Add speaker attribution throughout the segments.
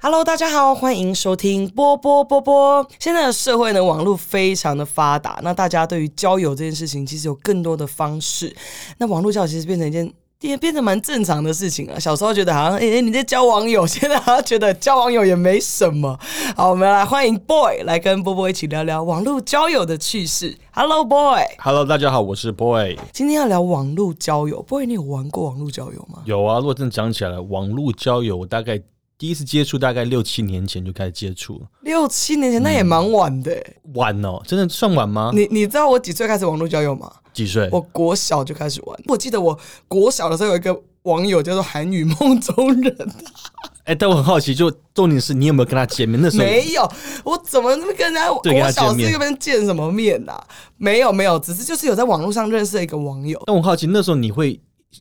Speaker 1: Hello，大家好，欢迎收听波波波波。现在的社会呢，网络非常的发达，那大家对于交友这件事情，其实有更多的方式。那网络交友其实变成一件。也变成蛮正常的事情了。小时候觉得好像，哎、欸，你在交网友， 现在好像觉得交网友也没什么。好，我们来欢迎 Boy 来跟波波一起聊聊网络交友的趣事。Hello，Boy。
Speaker 2: Hello，大家好，我是 Boy。
Speaker 1: 今天要聊网络交友，Boy，你有玩过网络交友吗？
Speaker 2: 有啊，如果真的讲起来，网络交友我大概第一次接触，大概六七年前就开始接触了。
Speaker 1: 六七年前，那也蛮晚的欸、
Speaker 2: 晚哦，真的算晚吗？
Speaker 1: 你你知道我几岁开始网络交友吗？
Speaker 2: 几岁？
Speaker 1: 我国小就开始玩。我记得我国小的时候有一个网友叫做韩语梦中人，
Speaker 2: 哎、但我很好奇，就重点是你有没有跟他见面？那时候
Speaker 1: 没有，我怎么那么跟人家
Speaker 2: 对跟
Speaker 1: 国
Speaker 2: 他
Speaker 1: 小
Speaker 2: 见
Speaker 1: 是
Speaker 2: 面
Speaker 1: 那边见什么面呐、没有没有，只是就是有在网络上认识了一个网友。
Speaker 2: 但我很好奇，那时候你会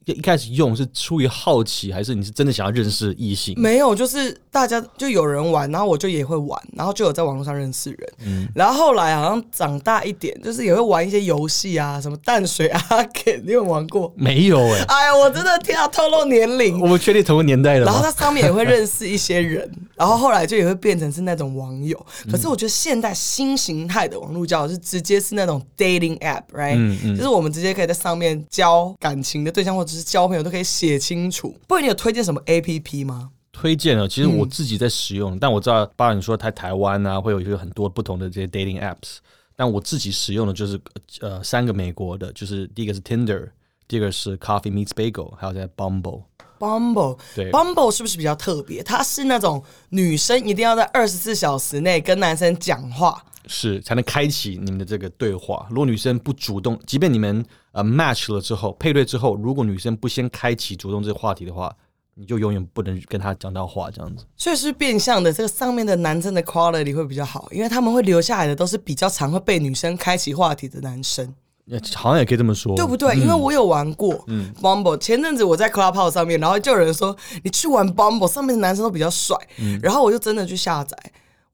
Speaker 2: 一一开始用是出于好奇，还是你是真的想要认识异性？
Speaker 1: 没有，就是大家就有人玩，然后我就也会玩，然后就有在网络上认识人。
Speaker 2: 嗯
Speaker 1: 然后后来好像长大一点，就是也会玩一些游戏啊，什么淡水阿 Ken，你有玩过？
Speaker 2: 没有哎、
Speaker 1: 哎呀，我真的天啊，透露年龄
Speaker 2: 我。们确定同个年代了
Speaker 1: 然后
Speaker 2: 吗
Speaker 1: 他？上面也会认识一些人，然后后来就也会变成是那种网友。
Speaker 2: 嗯
Speaker 1: 可是我觉得现代新形态的网络交友是直接是那种 dating app，right？、
Speaker 2: 嗯嗯
Speaker 1: 就是我们直接可以在上面交感情的对象或者是交朋友都可以写清楚。不然你有推荐什么 app 吗？
Speaker 2: 推荐啊了，其实
Speaker 1: 嗯
Speaker 2: 我自己在使用，但我知道，包括你说在台湾啊，会有一些很多不同的这些 dating apps，但我自己使用的就是呃三个美国的，就是第一个是 Tinder，第二个是 Coffee Meets Bagel，还有在 Bumble。
Speaker 1: Bumble，
Speaker 2: 对
Speaker 1: b u m b l e 是不是比较特别？它是那种女生一定要在二十四小时内跟男生讲话，
Speaker 2: 是才能开启你们的这个对话。如果女生不主动，即便你们呃 match 了之后配对之后，如果女生不先开启主动这个话题的话，你就永远不能跟她讲到话这样子。
Speaker 1: 所以是变相的，这个上面的男生的 quality 会比较好，因为他们会留下来的都是比较常会被女生开启话题的男生，
Speaker 2: 呃好像也可以这么说，
Speaker 1: 对不对？因为我有玩过 Bumble，前阵子我在 Clubhouse 上面，然后就有人说你去玩 Bumble，上面的男生都比较帅，然后我就真的去下载，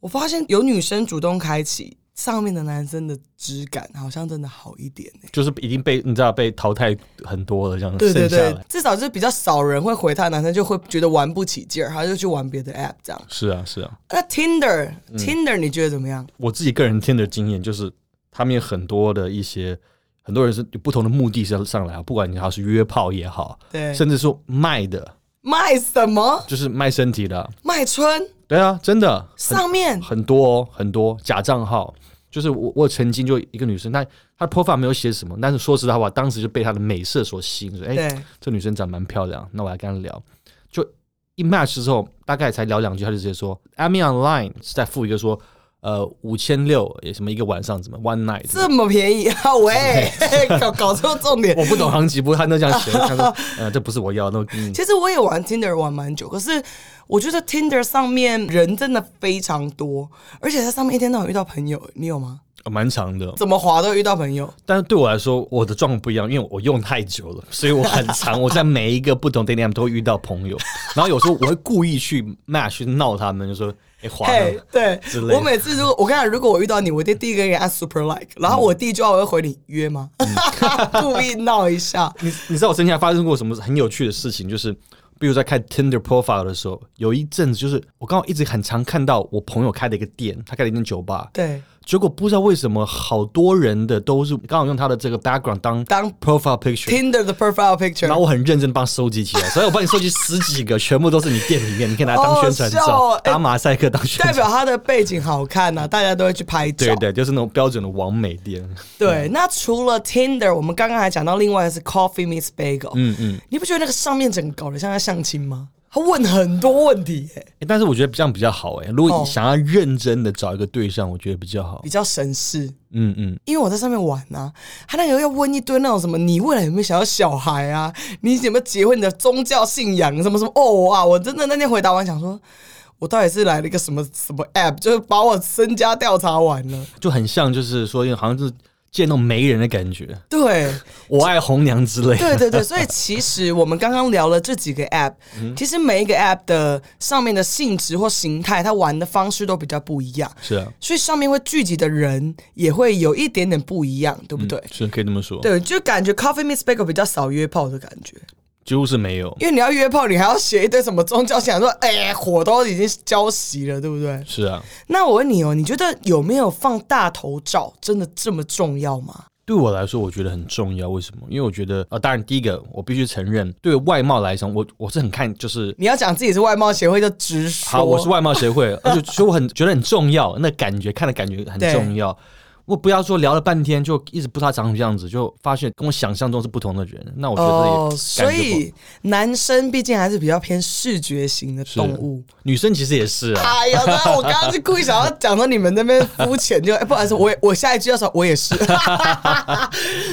Speaker 1: 我发现有女生主动开启，上面的男生的质感好像真的好一点、欸
Speaker 2: 就是已经被你知道被淘汰很多了这样子，
Speaker 1: 对对
Speaker 2: 剩下
Speaker 1: 对
Speaker 2: 来，
Speaker 1: 至少就是比较少人会回他，男生就会觉得玩不起劲儿，他就去玩别的 app 这样。
Speaker 2: 是啊是啊，
Speaker 1: 那 Tinder、Tinder 你觉得怎么样？
Speaker 2: 我自己个人听的经验就是，他们有很多的一些。很多人是有不同的目的上上来啊，不管你要是约炮也好，
Speaker 1: 对
Speaker 2: 甚至说卖的，
Speaker 1: 卖什么？
Speaker 2: 就是卖身体的啊，
Speaker 1: 卖春？
Speaker 2: 对啊，真的很
Speaker 1: 上面
Speaker 2: 很多、哦、很多假账号，就是我我曾经就一个女生，她她的 profile 没有写什么，但是说实话，我当时就被她的美色所吸引，说哎、
Speaker 1: 对
Speaker 2: 这女生长得蛮漂亮，那我来跟她聊，就一 match 之后，大概才聊两句，她就直接说 I'm in online，是在附一个说呃五千六也什么一个晚上怎么 one night，怎么
Speaker 1: 这么便宜啊？喂，搞搞错重点。
Speaker 2: 我不懂行情，不过她那这样写，她说呃这不是我要的，那我给你
Speaker 1: 其实我也玩 Tinder 玩蛮久，可是我觉得 Tinder 上面人真的非常多，而且在上面一天到晚遇到朋友，你有吗？
Speaker 2: 呃蛮长的，
Speaker 1: 怎么滑都遇到朋友。
Speaker 2: 但是对我来说，我的状况不一样，因为我用太久了，所以我很常我在每一个不同 dating app 都会遇到朋友，然后有时候我会故意去 match 去闹他们，就说哎、欸、滑
Speaker 1: 嘿
Speaker 2: 了，
Speaker 1: 对
Speaker 2: 之类的
Speaker 1: 我每次如果我跟你讲，如果我遇到你，我一定第一个给你按 super like，然后我第一句话我会回你约 吗？故意闹一下。
Speaker 2: 你你知道我之前还发生过什么很有趣的事情，就是比如在看 Tinder profile 的时候，有一阵子就是我刚好一直很常看到我朋友开的一个店，他开了一间酒吧，
Speaker 1: 对，
Speaker 2: 结果不知道为什么好多人的都是刚好用他的这个 background 当
Speaker 1: 当
Speaker 2: profile picture。
Speaker 1: Tinder 的 profile
Speaker 2: 然
Speaker 1: picture，
Speaker 2: 后我很认真帮收集起来，所以我帮你收集十几个，全部都是你店里面，你可以拿来当宣传
Speaker 1: 好好笑哦
Speaker 2: 照，
Speaker 1: 哎
Speaker 2: 打马赛克当宣
Speaker 1: 代
Speaker 2: 传。
Speaker 1: 表他的背景好看呐、大家都会去拍照。
Speaker 2: 对对，就是那种标准的完美店。
Speaker 1: 对那除了 Tinder，我们刚刚还讲到另外一个是 Coffee Meets Bagel，嗯嗯，你不觉得那个上面整个搞得像在相亲吗？他问很多问题、欸，
Speaker 2: 哎但是我觉得这样比较好哎，如果
Speaker 1: 哦
Speaker 2: 你想要认真的找一个对象，我觉得比较好
Speaker 1: 比。较神似。
Speaker 2: 嗯嗯，
Speaker 1: 因为我在上面玩啊，他那个要问一堆那种什么，你未来有没有想要小孩啊？你有没有结婚？你的宗教信仰什么什么？哦啊！我真的那天回答完想说，我到底是来了一个什么什么 app，就是把我身家调查完了。
Speaker 2: 就很像就是说，好像是见那种媒人的感觉，
Speaker 1: 对，
Speaker 2: 我爱红娘之类
Speaker 1: 对
Speaker 2: 的。
Speaker 1: 对 对，所以其实我们刚刚聊了这几个 app，、其
Speaker 2: 嗯
Speaker 1: 实每一个 app 的上面的性质或形态，它玩的方式都比较不一样，
Speaker 2: 是啊，
Speaker 1: 所以上面会聚集的人也会有一点点不一样，对不对？
Speaker 2: 是啊可以这么说，
Speaker 1: 对，就感觉 Coffee Meets Bagel 比较少约炮的感觉，
Speaker 2: 几乎是没有。
Speaker 1: 因为你要约炮，你还要写一堆什么宗教信仰，说哎、火都已经浇熄了，对不对？
Speaker 2: 是啊，
Speaker 1: 那我问你哦，你觉得有没有放大头照真的这么重要吗？
Speaker 2: 对我来说，我觉得很重要。为什么？因为我觉得，呃，当然第一个，我必须承认，对外貌来讲，我我是很看就是。
Speaker 1: 你要讲自己是外貌协会就直说，
Speaker 2: 好，我是外貌协 会，而且所以我很觉得很重要，那感觉看的感觉很
Speaker 1: 对
Speaker 2: 重要。我不要说聊了半天就一直不知道他长什么样子，就发现跟我想象中是不同的人，那我觉得
Speaker 1: 哦，
Speaker 2: 也
Speaker 1: 所
Speaker 2: 感觉不好
Speaker 1: 以男生毕竟还是比较偏视觉型的动物。
Speaker 2: 女生其实也是啊，
Speaker 1: 哎呀，那我刚刚就故意想要讲说你们那边肤浅，就、哎不好意思，我也我下一句要说我也是，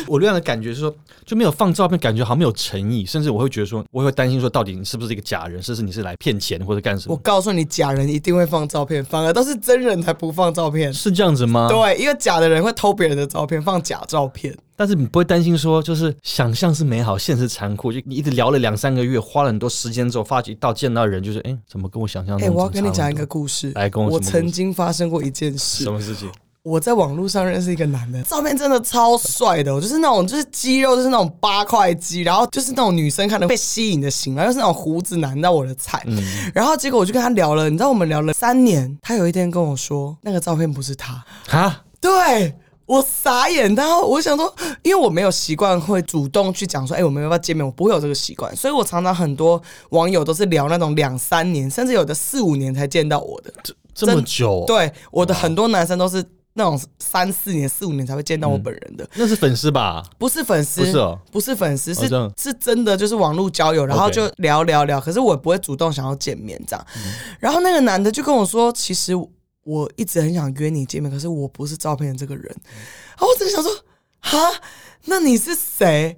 Speaker 2: 我这样的感觉是说就没有放照片，感觉好像没有诚意，甚至我会觉得说，我会担心说到底你是不是一个假人，甚至你是来骗钱或者干什
Speaker 1: 我
Speaker 2: 么？
Speaker 1: 告诉你，假人一定会放照片，反而都是真人才不放照片。
Speaker 2: 是这啊样子吗？
Speaker 1: 对，因为假的人会偷别人的照片，放假照片。
Speaker 2: 但是你不会担心说，就是想象是美好，现实残酷。就你一直聊了两三个月，花了很多时间之后，发觉一到见到人，就是哎、诶怎么跟我想象
Speaker 1: 哎、
Speaker 2: 中？
Speaker 1: 我要跟你
Speaker 2: 怎么差
Speaker 1: 讲
Speaker 2: 那
Speaker 1: 一
Speaker 2: 么
Speaker 1: 个
Speaker 2: 多
Speaker 1: 故事。
Speaker 2: 来跟我
Speaker 1: 我
Speaker 2: 什么故
Speaker 1: 曾
Speaker 2: 事
Speaker 1: 经发生过一件事
Speaker 2: 什。么事情？
Speaker 1: 我在网络上认识一个男的，照片真的超帅的哦，就是那种就是肌肉，就是那种八块肌，然后就是那种女生看了被吸引的型，然后又是那种胡子男，到我的菜。然后结果我就跟他聊了，你知道我们聊了三年，他有一天跟我说那个照片不是他，
Speaker 2: 哈，
Speaker 1: 对。我傻眼，然后我想说，因为我没有习惯会主动去讲说，哎、我们要不要见面？我不会有这个习惯，所以我常常很多网友都是聊那种两三年，甚至有的四五年才见到我的。
Speaker 2: 这么久？，
Speaker 1: 对，我的很多男生都是那种三四年、四五年才会见到我本人的，
Speaker 2: 那是粉丝吧？
Speaker 1: 不是粉丝，
Speaker 2: 嗯不是哦
Speaker 1: 不是粉丝，是、
Speaker 2: 这样
Speaker 1: 是真的就是网络交友，然后就聊聊聊，可是我也不会主动想要见面这样。
Speaker 2: 嗯
Speaker 1: 然后那个男的就跟我说，其实我一直很想约你见面，可是我不是照片的这个人。然后我只是想说，哈，那你是谁？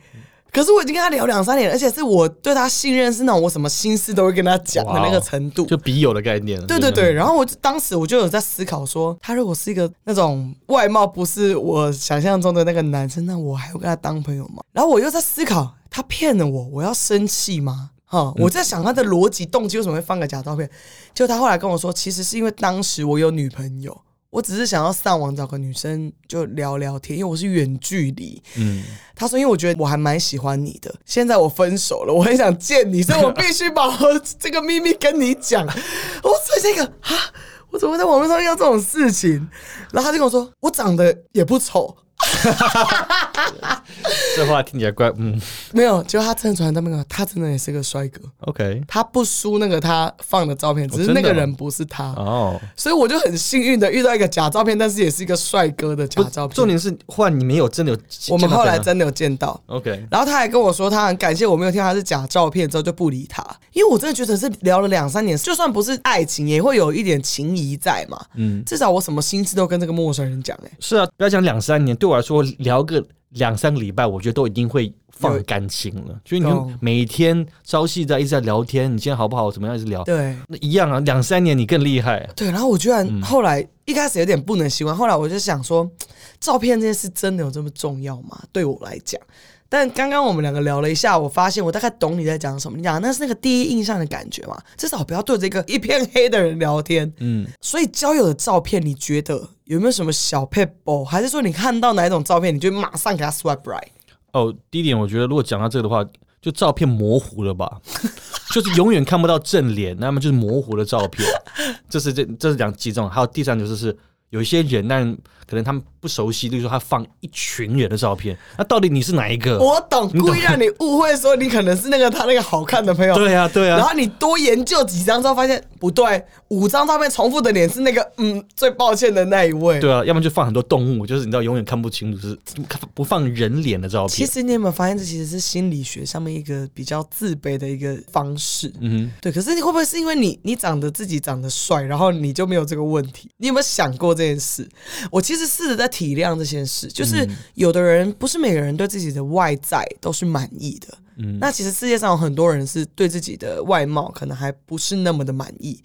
Speaker 1: 可是我已经跟他聊两三年了，而且是我对他信任是那种我什么心事都会跟他讲的那
Speaker 2: 哇
Speaker 1: 个
Speaker 2: 哦
Speaker 1: 程度，
Speaker 2: 就笔友的概念。
Speaker 1: 对对对，然后我就当时我就有在思考说，他如果是一个那种外貌不是我想象中的那个男生，那我还会跟他当朋友吗？然后我又在思考，他骗了我，我要生气吗？哈，我在想他的逻辑动机为什么会放个假照片？就他后来跟我说，其实是因为当时我有女朋友，我只是想要上网找个女生就聊聊天，因为我是远距离。
Speaker 2: 嗯，
Speaker 1: 他说：“因为我觉得我还蛮喜欢你的，现在我分手了，我很想见你，所以我必须把我这个秘密跟你讲。”我最这个啊，我怎么会在网络上遇到这种事情？然后他就跟我说：“我长得也不丑。
Speaker 2: 这话听起来怪，嗯”
Speaker 1: 没有，结果他真的传那么个，他真的也是个帅哥，
Speaker 2: ，OK，
Speaker 1: 他不输那个他放的照片，只是
Speaker 2: 真的
Speaker 1: 那个
Speaker 2: 哦
Speaker 1: 人不是他，
Speaker 2: 哦，
Speaker 1: 所以我就很幸运的遇到一个假照片，但是也是一个帅哥的假照片。
Speaker 2: 重点是，换你没有真的有，
Speaker 1: 我们
Speaker 2: 见到
Speaker 1: 后来
Speaker 2: 本人
Speaker 1: 真的有见到，
Speaker 2: OK，
Speaker 1: 然后他还跟我说，他很感谢我没有听到他是假照片，之后就不理他，因为我真的觉得是聊了两三年，就算不是爱情，也会有一点情谊在嘛。嗯，至少我什么心事都跟这个陌生人讲、欸，哎，
Speaker 2: 是啊，不要讲两三年，对我来说聊个两三个礼拜，我觉得都一定会放感情了。就是你
Speaker 1: 懂
Speaker 2: 每天朝夕在一直在聊天，你今天好不好？怎么样？一直聊，
Speaker 1: 对
Speaker 2: 那一样啊，两三年你更厉害。
Speaker 1: 对。然后我居
Speaker 2: 嗯
Speaker 1: 然后来、一开始有点不能习惯，后来我就想说，照片这件事真的有这么重要吗？对我来讲。但刚刚我们两个聊了一下，我发现我大概懂你在讲什么。你讲的那是那个第一印象的感觉嘛，至少不要对着一个一片黑的人聊天。
Speaker 2: 嗯，
Speaker 1: 所以交友的照片，你觉得有没有什么小 p e b b l 还是说你看到哪一种照片，你就马上给他 swipe right？
Speaker 2: 哦，第一点，我觉得如果讲到这个的话，就照片模糊了吧， 就是永远看不到正脸，那么就是模糊的照片。这是这这是两几种，还有第三种就是有一些人，但可能他们不熟悉，例如说他放一群人的照片，那到底你是哪一个？
Speaker 1: 我懂，故意让你误会说你可能是那个他那个好看的朋友。
Speaker 2: 对啊，对啊
Speaker 1: 然。后你多研究几张之后，发现不对，五张照片重复的脸是那个嗯最抱歉的那一位。
Speaker 2: 对啊，要么就放很多动物，就是你知道永远看不清楚，是不放人脸的照
Speaker 1: 其
Speaker 2: 片。
Speaker 1: 实你有没有发现，这其实是心理学上面一个比较自卑的一个方式？
Speaker 2: 嗯
Speaker 1: 对，可是你会不会是因为你你长得自己长得帅，然后你就没有这个问题？你有没有想过这件事？我其实试着在体谅这件事，
Speaker 2: 嗯
Speaker 1: 就是有的人不是每个人对自己的外在都是满意的。
Speaker 2: 嗯
Speaker 1: 那其实世界上有很多人是对自己的外貌可能还不是那么的满意，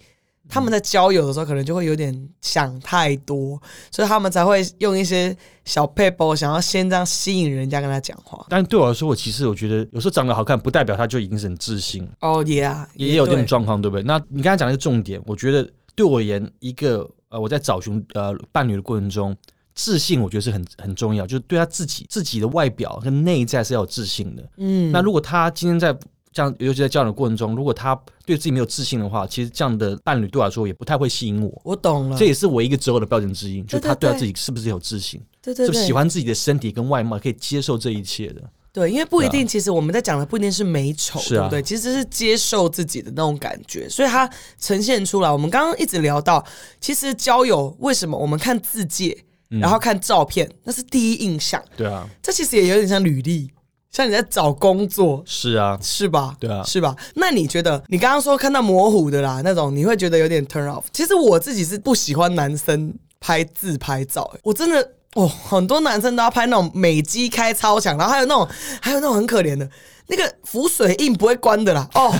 Speaker 1: 他们在交友的时候，可能就会有点想太多，所以他们才会用一些小 paper，想要先这样吸引人家跟他讲话。
Speaker 2: 但对我来说，我其实我觉得有时候长得好看不代表他就已经是很自信，
Speaker 1: 哦、oh,，Yeah，
Speaker 2: 也也有这
Speaker 1: 对
Speaker 2: 种状况，对不对？那你刚才讲的一个重点，我觉得对我而言，一个呃，我在找寻呃伴侣的过程中，自信我觉得是很很重要，就是对他自己自己的外表跟内在是要有自信的。
Speaker 1: 嗯，
Speaker 2: 那如果他今天在这样，尤其在交往的过程中，如果他对自己没有自信的话，其实这样的伴侣对我来说也不太会吸引我。
Speaker 1: 我懂了，
Speaker 2: 这也是我一个择偶的标准之一，就是他
Speaker 1: 嗯对
Speaker 2: 对
Speaker 1: 对
Speaker 2: 他自己是不是有自信，
Speaker 1: 对对
Speaker 2: 是不
Speaker 1: 对，
Speaker 2: 是喜欢自己的身体跟外貌，可以接受这一切的。
Speaker 1: 对，因为不一
Speaker 2: 对啊
Speaker 1: 定，其实我们在讲的不一定是美丑，
Speaker 2: 是
Speaker 1: 对
Speaker 2: 啊
Speaker 1: 不对？其实是接受自己的那种感觉，所以它呈现出来。我们刚刚一直聊到，其实交友为什么我们看字界，
Speaker 2: 嗯
Speaker 1: 然后看照片，那是第一印象。
Speaker 2: 对啊，
Speaker 1: 这其实也有点像履历，像你在找工作。
Speaker 2: 是啊，
Speaker 1: 是吧？
Speaker 2: 对啊
Speaker 1: 是吧？那你觉得你刚刚说看到模糊的啦，那种你会觉得有点 turn off。其实我自己是不喜欢男生拍自拍照、欸我真的哦，很多男生都要拍那种美肌开超强，然后还有那种还有那种很可怜的那个浮水印不会关的啦。 哦，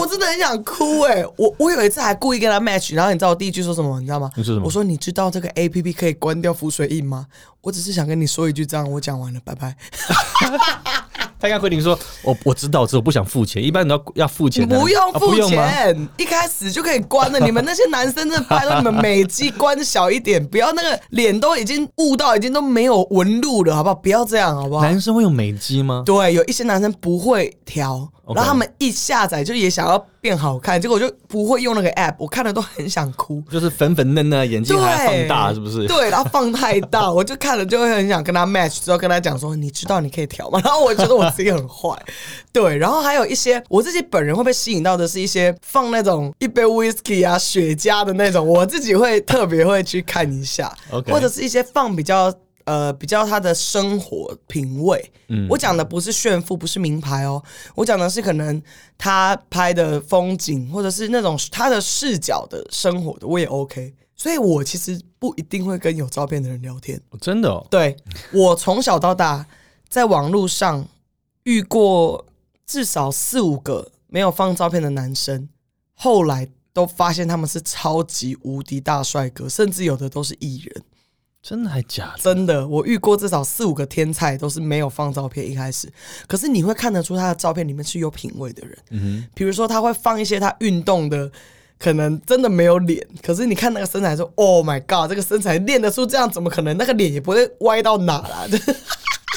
Speaker 1: 我真的很想哭哎、欸我我有一次还故意跟他 match，然后你知道我第一句说什么？你知道吗？
Speaker 2: 你说什么
Speaker 1: 我说你知道这个 A P P 可以关掉浮水印吗？我只是想跟你说一句，这样我讲完了，拜拜。
Speaker 2: 他应该规定说，我我知道，我只是我不想付钱，一般你要要付钱
Speaker 1: 你
Speaker 2: 才能，
Speaker 1: 不用
Speaker 2: 啊
Speaker 1: 付
Speaker 2: 不用吗？
Speaker 1: 钱，一开始就可以关了。你们那些男生真的拜托你们美肌关小一点，不要那个脸都已经雾到已经都没有纹路了，好不好？不要这样， 好不好？
Speaker 2: 哦男生会用美肌吗？
Speaker 1: 对，有一些男生不会调，
Speaker 2: OK
Speaker 1: 然后他们一下载就也想要变好看，结果就不会用那个 app，我看了都很想哭。
Speaker 2: 就是粉粉嫩嫩，眼睛
Speaker 1: 对，
Speaker 2: 还放大，是不 是？
Speaker 1: 对，然后放太大，我就看了就会很想跟他 match，之后跟他讲说，你知道你可以调吗？ 然后我觉得我自己很坏，对，然后还有一些我自己本人会被吸引到的是一些放那种一杯 whisky 啊、雪茄的那种，我自己会特别会去看一下
Speaker 2: OK
Speaker 1: 或者是一些放比较。呃，比较他的生活品味，嗯，我讲的不是炫富，不是名牌哦，我讲的是可能他拍的风景，或者是那种他的视角的生活的，我也 OK。所以我其实不一定会跟有照片的人聊天。
Speaker 2: 哦真的哦，
Speaker 1: 对我从小到大，在网络上遇过至少四五个没有放照片的男生，后来都发现他们是超级无敌大帅哥，甚至有的都是艺人。
Speaker 2: 真的还假的？
Speaker 1: 真的，我遇过至少四五个天才都是没有放照片一开始，可是你会看得出他的照片里面是有品味的人。
Speaker 2: 嗯
Speaker 1: 比如说他会放一些他运动的，可能真的没有脸，可是你看那个身材说，Oh my god，这个身材练得出这样，怎么可能？那个脸也不会歪到哪啦、
Speaker 2: 哼，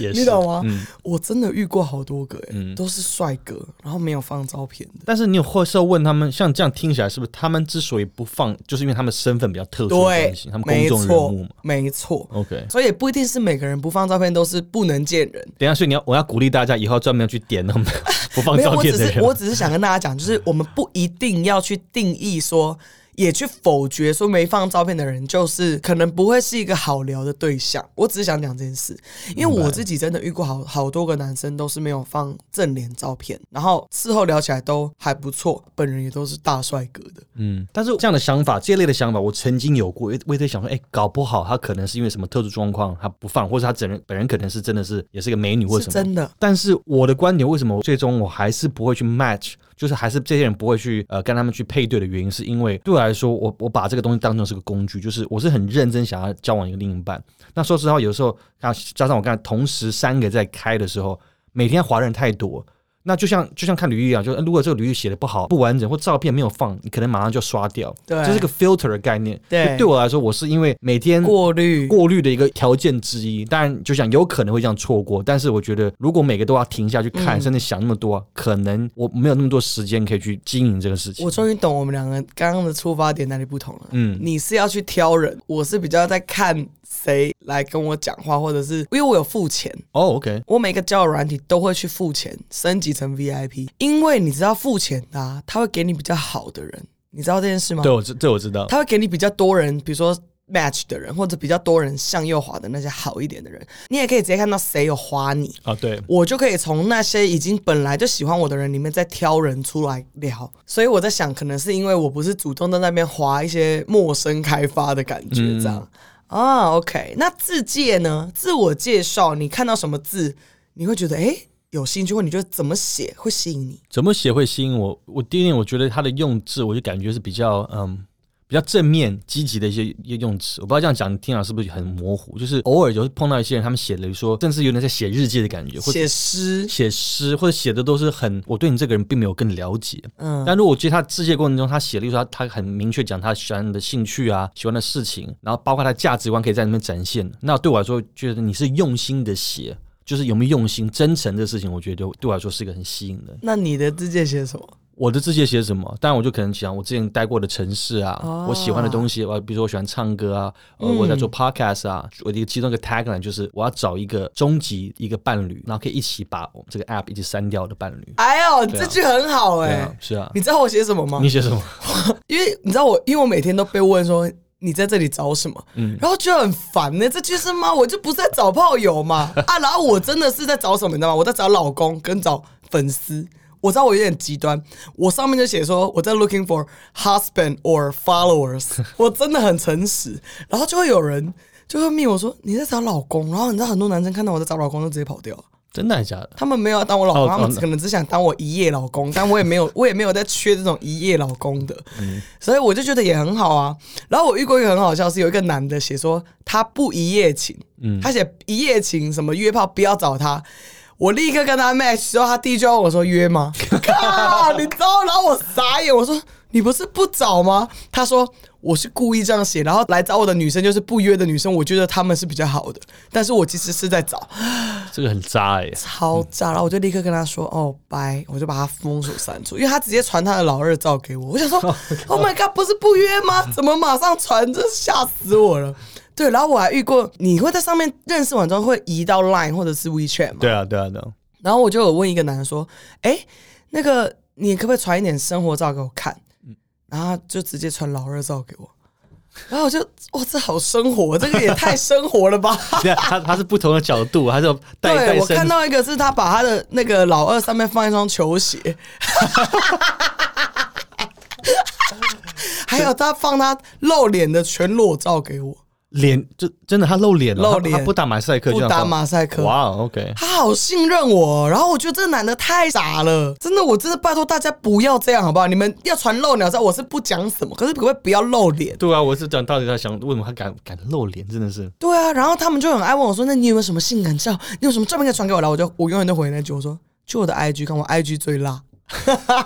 Speaker 2: 也是。
Speaker 1: 你懂吗？
Speaker 2: 嗯，
Speaker 1: 我真的遇过好多个、欸，
Speaker 2: 嗯
Speaker 1: 都是帅哥，然后没有放照片的。
Speaker 2: 但是你有或是要问他们，像这样听起来，是不是他们之所以不放，就是因为他们身份比较特殊的
Speaker 1: 对
Speaker 2: 关系，他，们公
Speaker 1: 没
Speaker 2: 众人
Speaker 1: 错
Speaker 2: 物嘛，
Speaker 1: 没错。
Speaker 2: ？OK，
Speaker 1: 所以也不一定是每个人不放照片都是不能见人，
Speaker 2: 等一下，所以你要我要鼓励大家以后要专门去点他们 不放
Speaker 1: 没有，
Speaker 2: 哦照
Speaker 1: 我
Speaker 2: 片
Speaker 1: 只
Speaker 2: 的人
Speaker 1: 是。我只是想跟大家讲，就是我们不一定要去定义说，也去否决说没放照片的人就是可能不会是一个好聊的对象。我只是想讲这件事，因为我自己真的遇过好好多个男生都是没有放正脸照片，然后事后聊起来都还不错，本人也都是大帅哥的。
Speaker 2: 嗯，但是这样的想法，这类的想法，我曾经有过，我也我也在想说，哎、搞不好他可能是因为什么特殊状况，他不放，或者他整人本人可能是真的是也是个美女或者
Speaker 1: 是
Speaker 2: 什么，
Speaker 1: 真的。
Speaker 2: 但是我的观点，为什么最终我还是不会去 match，就是还是这些人不会去呃跟他们去配对的原因，是因为对我来说，我我把这个东西当成是个工具，就是我是很认真想要交往一个另一半。那说实话，有时候啊加上我刚才同时三个在开的时候，每天华人太多。那就像就像看履历一样，就呃如果这个履历写的不好、不完整，或照片没有放，你可能马上就刷掉。
Speaker 1: 对
Speaker 2: 这是个 filter 的概念。
Speaker 1: 对
Speaker 2: 就对我来说，我是因为每天
Speaker 1: 过滤
Speaker 2: 过滤的一个条件之一。当然，就想有可能会这样错过，但是我觉得如果每个都要停下去看，甚至想那么多，可能我没有那么多时间可以去经营这个事情
Speaker 1: 我。终于懂我们两个刚刚的出发点哪里不同了。
Speaker 2: 嗯
Speaker 1: 嗯，你是要去挑人，我是比较在看谁来跟我讲话，或者是因为我有付钱，
Speaker 2: 哦，OK、o k
Speaker 1: 我每个交友软体都会去付钱升级成 VIP，因为你知道付钱的、啊，他会给你比较好的人，你知道这件事吗？
Speaker 2: 对我知，对我知道。
Speaker 1: 他会给你比较多人，比如说 match 的人，或者比较多人向右滑的那些好一点的人，你也可以直接看到谁有滑你。
Speaker 2: 啊，对，
Speaker 1: 我就可以从那些已经本来就喜欢我的人里面再挑人出来聊。所以我在想，可能是因为我不是主动在那边划一些陌生开发的感觉，
Speaker 2: 嗯
Speaker 1: 这样、啊。OK，那自介呢？自我介绍，你看到什么字，你会觉得诶，有兴趣，或你觉得怎么写会吸引你？
Speaker 2: 怎么写会吸引我？我第一点，我觉得它的用字，我就感觉是比较嗯。比较正面、积极的一些用词，我不知道这样讲听了是不是很模糊。就是偶尔有碰到一些人，他们写的说，甚至有点在写日记的感觉，或者
Speaker 1: 写诗，
Speaker 2: 写诗，或者写的都是很我对你这个人并没有更了解。
Speaker 1: 嗯，
Speaker 2: 但如果我觉得他致谢过程中，他写，例如说他他很明确讲他喜欢的兴趣啊，喜欢的事情，然后包括他的价值观可以在里面展现，那对我来说，觉得你是用心的写，就是有没有用心、真诚的事情，我觉得对对我来说是一个很吸引的。
Speaker 1: 那你的字界写什么？
Speaker 2: 我的字界写什么？当然，我就可能讲我之前待过的城市啊，
Speaker 1: 哦
Speaker 2: 我喜欢的东西，我比如说我喜欢唱歌啊，呃，
Speaker 1: 嗯
Speaker 2: 我在做 podcast 啊，我的一个其中一个 tagline 就是我要找一个终极一个伴侣，然后可以一起把我们这个 app 一起删掉的伴侣。
Speaker 1: 哎呦，
Speaker 2: 对啊
Speaker 1: 这句很好哎、
Speaker 2: 对啊，是啊，
Speaker 1: 你知道我写什么吗
Speaker 2: 你？写什么？
Speaker 1: 因为你知道我，因为我每天都被问说你在这里找什么，然后觉得很烦呢、这句是吗？我就不是在找炮友嘛啊，然后我真的是在找什么，你知道吗？我在找老公跟找粉丝。我知道我有点极端，我上面就写说我在 looking for husband or followers，我真的很诚实，然后就会有人就会命我说你在找老公，然后你知道很多男生看到我在找老公就直接跑掉了。
Speaker 2: 真的还是假的？
Speaker 1: 他们没有要当我老
Speaker 2: 哦
Speaker 1: 公，他们
Speaker 2: 懂了
Speaker 1: 可能只想当我一夜老公，但我也没有，我也没有在缺这种一夜老公的，
Speaker 2: 嗯
Speaker 1: 所以我就觉得也很好啊。然后我遇过一个很好笑，是有一个男的写说他不一夜情，
Speaker 2: 嗯
Speaker 1: 他写一夜情什么约炮不要找他。我立刻跟他 match 之后，他第一句问我说约 吗？靠，你知道？然后我傻眼，我说你不是不找吗？他说我是故意这样写，然后来找我的女生就是不约的女生，我觉得她们是比较好的，但是我其实是在找。
Speaker 2: 这个很渣 哎、
Speaker 1: 超炸！然后我就立刻跟他说：“哦，拜！”我就把他封锁删除，因为他直接传他的老二照给我。我想说：“Oh my god，不是不约吗？怎么马上传？真是吓死我了！”对，然后我还遇过，你会在上面认识完之后会移到 Line 或者是 WeChat 嘛？
Speaker 2: 对啊，对啊，对啊。
Speaker 1: 然后我就有问一个男的说：“哎，那个你可不可以传一点生活照给我看？”然后他就直接传老二照给我，然后我就哇，这好生活，这个也太生活了吧！
Speaker 2: 对啊，他他是不同的角度，他是有带带
Speaker 1: 对，我
Speaker 2: 身
Speaker 1: 看到一个是他把他的那个老二上面放一双球鞋， 还有他放他露脸的全裸照给我，
Speaker 2: 脸，就真的他露脸了，
Speaker 1: 露
Speaker 2: 他
Speaker 1: 脸
Speaker 2: 他不打马赛克，
Speaker 1: 不打马赛
Speaker 2: 克
Speaker 1: 克。
Speaker 2: 哇，OK，
Speaker 1: 他好信任我，然后我觉得这个男的太傻了，真的，我真的拜托大家不要这样好不好？你们要传露鸟照，我是不讲什么，可是可不可以不要露脸？
Speaker 2: 对啊，我是讲到底他想为什么他敢敢露脸，真的是
Speaker 1: 对啊，然后他们就很爱问我说：“那你有没有什么性感照？你有什么照片可以传给我？”然后我就我永远都回那句，我说：“去我的 IG 看，我 IG 最辣，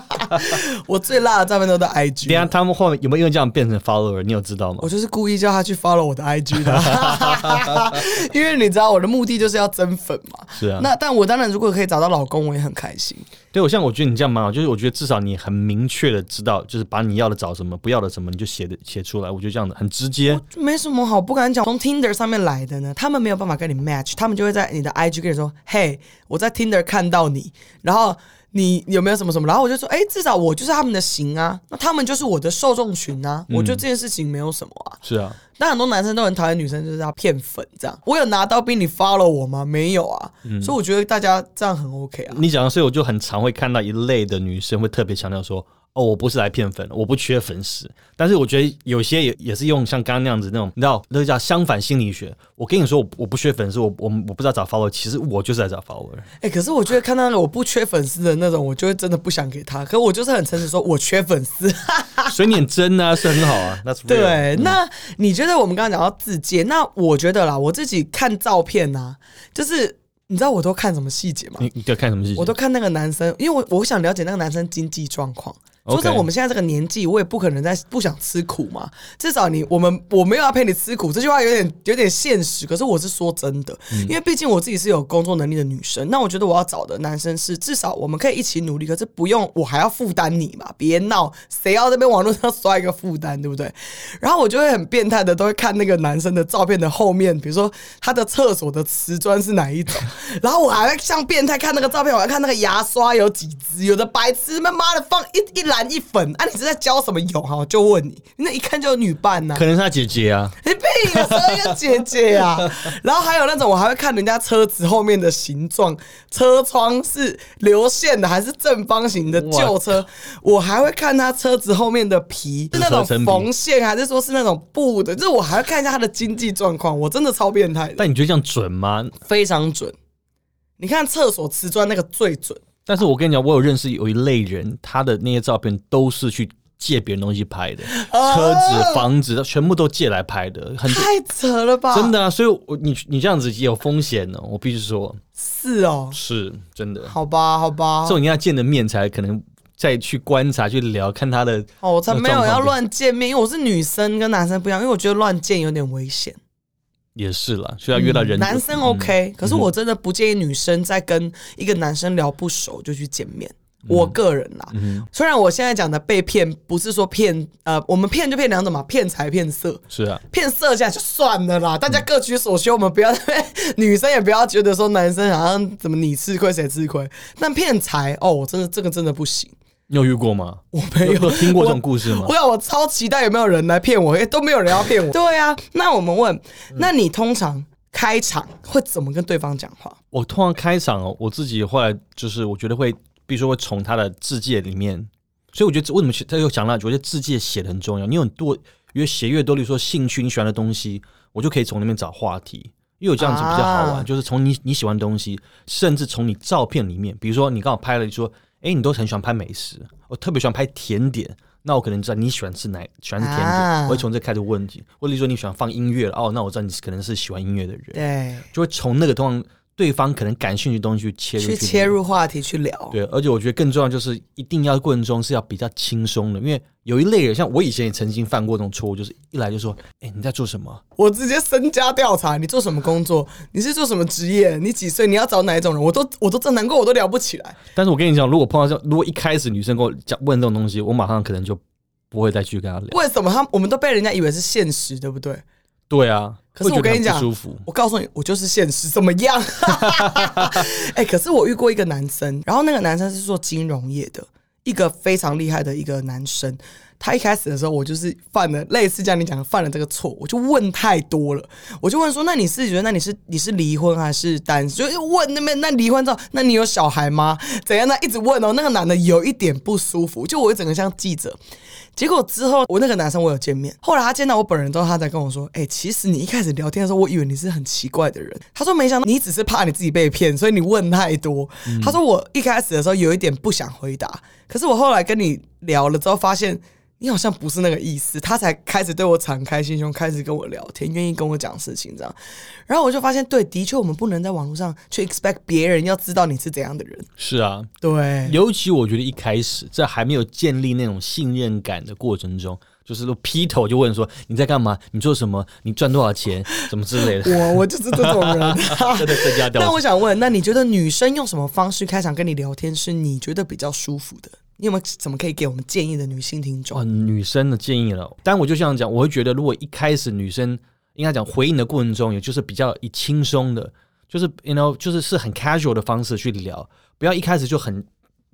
Speaker 1: 我最辣的照片都在
Speaker 2: 等一下
Speaker 1: IG。
Speaker 2: 他们后面有没有因为这样变成 follower？你有知道吗
Speaker 1: 我？就是故意叫他去 follow 我的 IG 的， 因为你知道我的目的就是要增粉嘛。
Speaker 2: 是啊，
Speaker 1: 那但我当然如果可以找到老公，我也很开心。
Speaker 2: 对我像我觉得你这样蛮好，就是我觉得至少你很明确的知道，就是把你要的找什么，不要的什么，你就写的写出来，我觉得这样的很直接。
Speaker 1: 没什么好不敢讲。从 Tinder 上面来的呢，他们没有办法跟你 match，他们就会在你的 IG 跟你说：“嘿，我在 Tinder 看到你，然后你有没有什么什么？”然后我就说：“哎、至少我就是他们的型啊，那他们就是我的受众群啊，
Speaker 2: 嗯
Speaker 1: 我觉得这件事情没有什么啊。
Speaker 2: 是啊，
Speaker 1: 但很多男生都很讨厌女生就是要骗粉这样。我有拿刀兵你 follow 我吗？没有啊，所以我觉得大家这样很 OK 啊。
Speaker 2: 你讲的，所以我就很常会看到一类的女生会特别强调说。哦，我不是来骗粉的，我不缺粉丝。但是我觉得有些也也是用像刚刚那样子那种，你知道，那个叫相反心理学。我跟你说，我我不缺粉丝，我我我不知道找 follower，其实我就是来找 follower。
Speaker 1: 哎、可是我觉得看到了我不缺粉丝的那种，我就会真的不想给他。可我就是很诚实说，我缺粉丝。
Speaker 2: 所以你很真啊，是很好啊。那 s
Speaker 1: 对，那你觉得我们刚刚讲到自介，那我觉得啦，我自己看照片呐、就是你知道我都看什么细节吗？
Speaker 2: 你你在看什么事情？
Speaker 1: 我都看那个男生，因为我我想了解那个男生经济状况。
Speaker 2: OK
Speaker 1: 说真的，我们现在这个年纪，我也不可能再不想吃苦嘛。至少你，我们我没有要陪你吃苦，这句话有点有点现实，可是我是说真的，因为毕竟我自己是有工作能力的女生，那我觉得我要找的男生是至少我们可以一起努力，可是不用我还要负担你嘛，别闹，谁要这边网络上刷一个负担，对不对？然后我就会很变态的都会看那个男生的照片的后面，比如说他的厕所的瓷砖是哪一种，然后我还会像变态看那个照片，我还看那个牙刷有几支，有的白痴他妈的放一一篮一粉，啊，你是在教什么友哈？我就问你，那一看就有女伴呐、
Speaker 2: 可能是他姐姐啊，
Speaker 1: 你屁的时候要姐姐 啊！然后还有那种，我还会看人家车子后面的形状，车窗是流线的还是正方形的
Speaker 2: 哇
Speaker 1: 旧车，我还会看他车子后面的皮是
Speaker 2: 是
Speaker 1: 那种
Speaker 2: 合成皮
Speaker 1: 缝线还是说是那种布的，就是我还会看一下他的经济状况，我真的超变态的，
Speaker 2: 但你觉得这样准吗？
Speaker 1: 非常准。你看厕所瓷砖那个最准，
Speaker 2: 但是我跟你讲，我有认识有一类人，他的那些照片都是去借别人东西拍的，
Speaker 1: 哦
Speaker 2: 车子、房子全部都借来拍的，很
Speaker 1: 太扯了吧？
Speaker 2: 真的啊。所以我你你这样子也有风险呢、我必须说，
Speaker 1: 是哦，
Speaker 2: 是真的。
Speaker 1: 好吧，好吧
Speaker 2: 这，种你要见的面才可能再去观察、去聊，看他的
Speaker 1: 哦，我才没有
Speaker 2: 那
Speaker 1: 要
Speaker 2: 状况
Speaker 1: 乱见面，因为我是女生跟男生不一样，因为我觉得乱见有点危险。
Speaker 2: 也是啦，所以要约到人。嗯
Speaker 1: 男生 OK，、可是我真的不建议女生在跟一个男生聊不熟就去见面。
Speaker 2: 嗯
Speaker 1: 我个人啦、虽然我现在讲的被骗，不是说骗，呃，我们骗就骗两种嘛，骗财骗色，
Speaker 2: 是啊，
Speaker 1: 骗色价就算了
Speaker 2: 嗯
Speaker 1: 啦，大家各取所需，我们不要女生也不要觉得说男生好像怎么你吃亏谁吃亏，但骗财哦，我真的这个真的不行，
Speaker 2: 你有遇过吗？我
Speaker 1: 没有
Speaker 2: 听过这种故事吗
Speaker 1: 我？想我超期待有没有人来骗我，诶都没有人要骗我。嗯对啊，那我们问，那你通常开场会怎么跟对方讲话？
Speaker 2: 我通常开场哦，我自己后来就是我觉得会，比如说会从他的字界里面，所以我觉得为什么他又讲了，我觉得字界写的很重要，你有很多越写越多，例如说兴趣你喜欢的东西，我就可以从那边找话题。因为我这样子比较好玩，
Speaker 1: 啊
Speaker 2: 就是从你你喜欢的东西，甚至从你照片里面，比如说你刚好拍了，你说，哎、你都很喜欢拍美食，我特别喜欢拍甜点，那我可能知道你喜欢吃哪，喜欢吃甜点，
Speaker 1: 啊
Speaker 2: 我会从这开始问起。或者说你喜欢放音乐，哦，那我知道你可能是喜欢音乐的人。
Speaker 1: 对，
Speaker 2: 就会从那个通常对方可能感兴趣的东西去切入
Speaker 1: 去切。入话题去聊。
Speaker 2: 对，而且我觉得更重要就是，一定要过程中是要比较轻松的，因为有一类人，像我以前也曾经犯过这种错误，就是一来就说：“哎、你在做什么
Speaker 1: 我直接身家调查，你做什么工作？你是做什么职业？你几岁？你要找哪一种人？我都我都这难过，我都聊不起来。？”
Speaker 2: 但是我跟你讲，如果碰到这种，如果一开始女生跟我讲问这种东西，我马上可能就不会再去跟她聊。
Speaker 1: 为什么他我们都被人家以为是现实，对不对？
Speaker 2: 对啊，
Speaker 1: 可是
Speaker 2: 会觉
Speaker 1: 我
Speaker 2: 得
Speaker 1: 跟
Speaker 2: 很
Speaker 1: 你讲
Speaker 2: 不舒服。
Speaker 1: 我告诉你，我就是现实，怎么样？ 哎、可是我遇过一个男生，然后那个男生是做金融业的，一个非常厉害的一个男生。他一开始的时候，我就是犯了类似像你讲的犯了这个错，我就问太多了，我就问说：“那你是觉得那你是你是离婚还是单身？”就问那边那离婚之后，那你有小孩吗？怎样呢？一直问哦，那个男的有一点不舒服，就我整个像记者。结果之后，我那个男生我有见面，后来他见到我本人之后，他才跟我说：“哎、其实你一开始聊天的时候，我以为你是很奇怪的人。”他说：“没想到你只是怕你自己被骗，所以你问太多。他说：“我一开始的时候有一点不想回答，可是我后来跟你聊了之后，发现你好像不是那个意思。”他才开始对我敞开心胸，开始跟我聊天，愿意跟我讲事情这样。然后我就发现，对，的确我们不能在网络上去 expect 别人要知道你是怎样的人。
Speaker 2: 是啊，
Speaker 1: 对，
Speaker 2: 尤其我觉得一开始在还没有建立那种信任感的过程中，就是都劈头就问说你在干嘛，你做什么，你赚多少钱，什么之类的，
Speaker 1: 我我就是这种人、
Speaker 2: 真的增加掉。
Speaker 1: 那我想问，那你觉得女生用什么方式开场跟你聊天是你觉得比较舒服的？你有没有怎么可以给我们建议的女性听众？
Speaker 2: 哦，女生的建议了。但我就想讲，我会觉得，如果一开始女生应该讲回应的过程中，也就是比较以轻松的，就是 you know，就是是很 casual 的方式去聊，不要一开始就很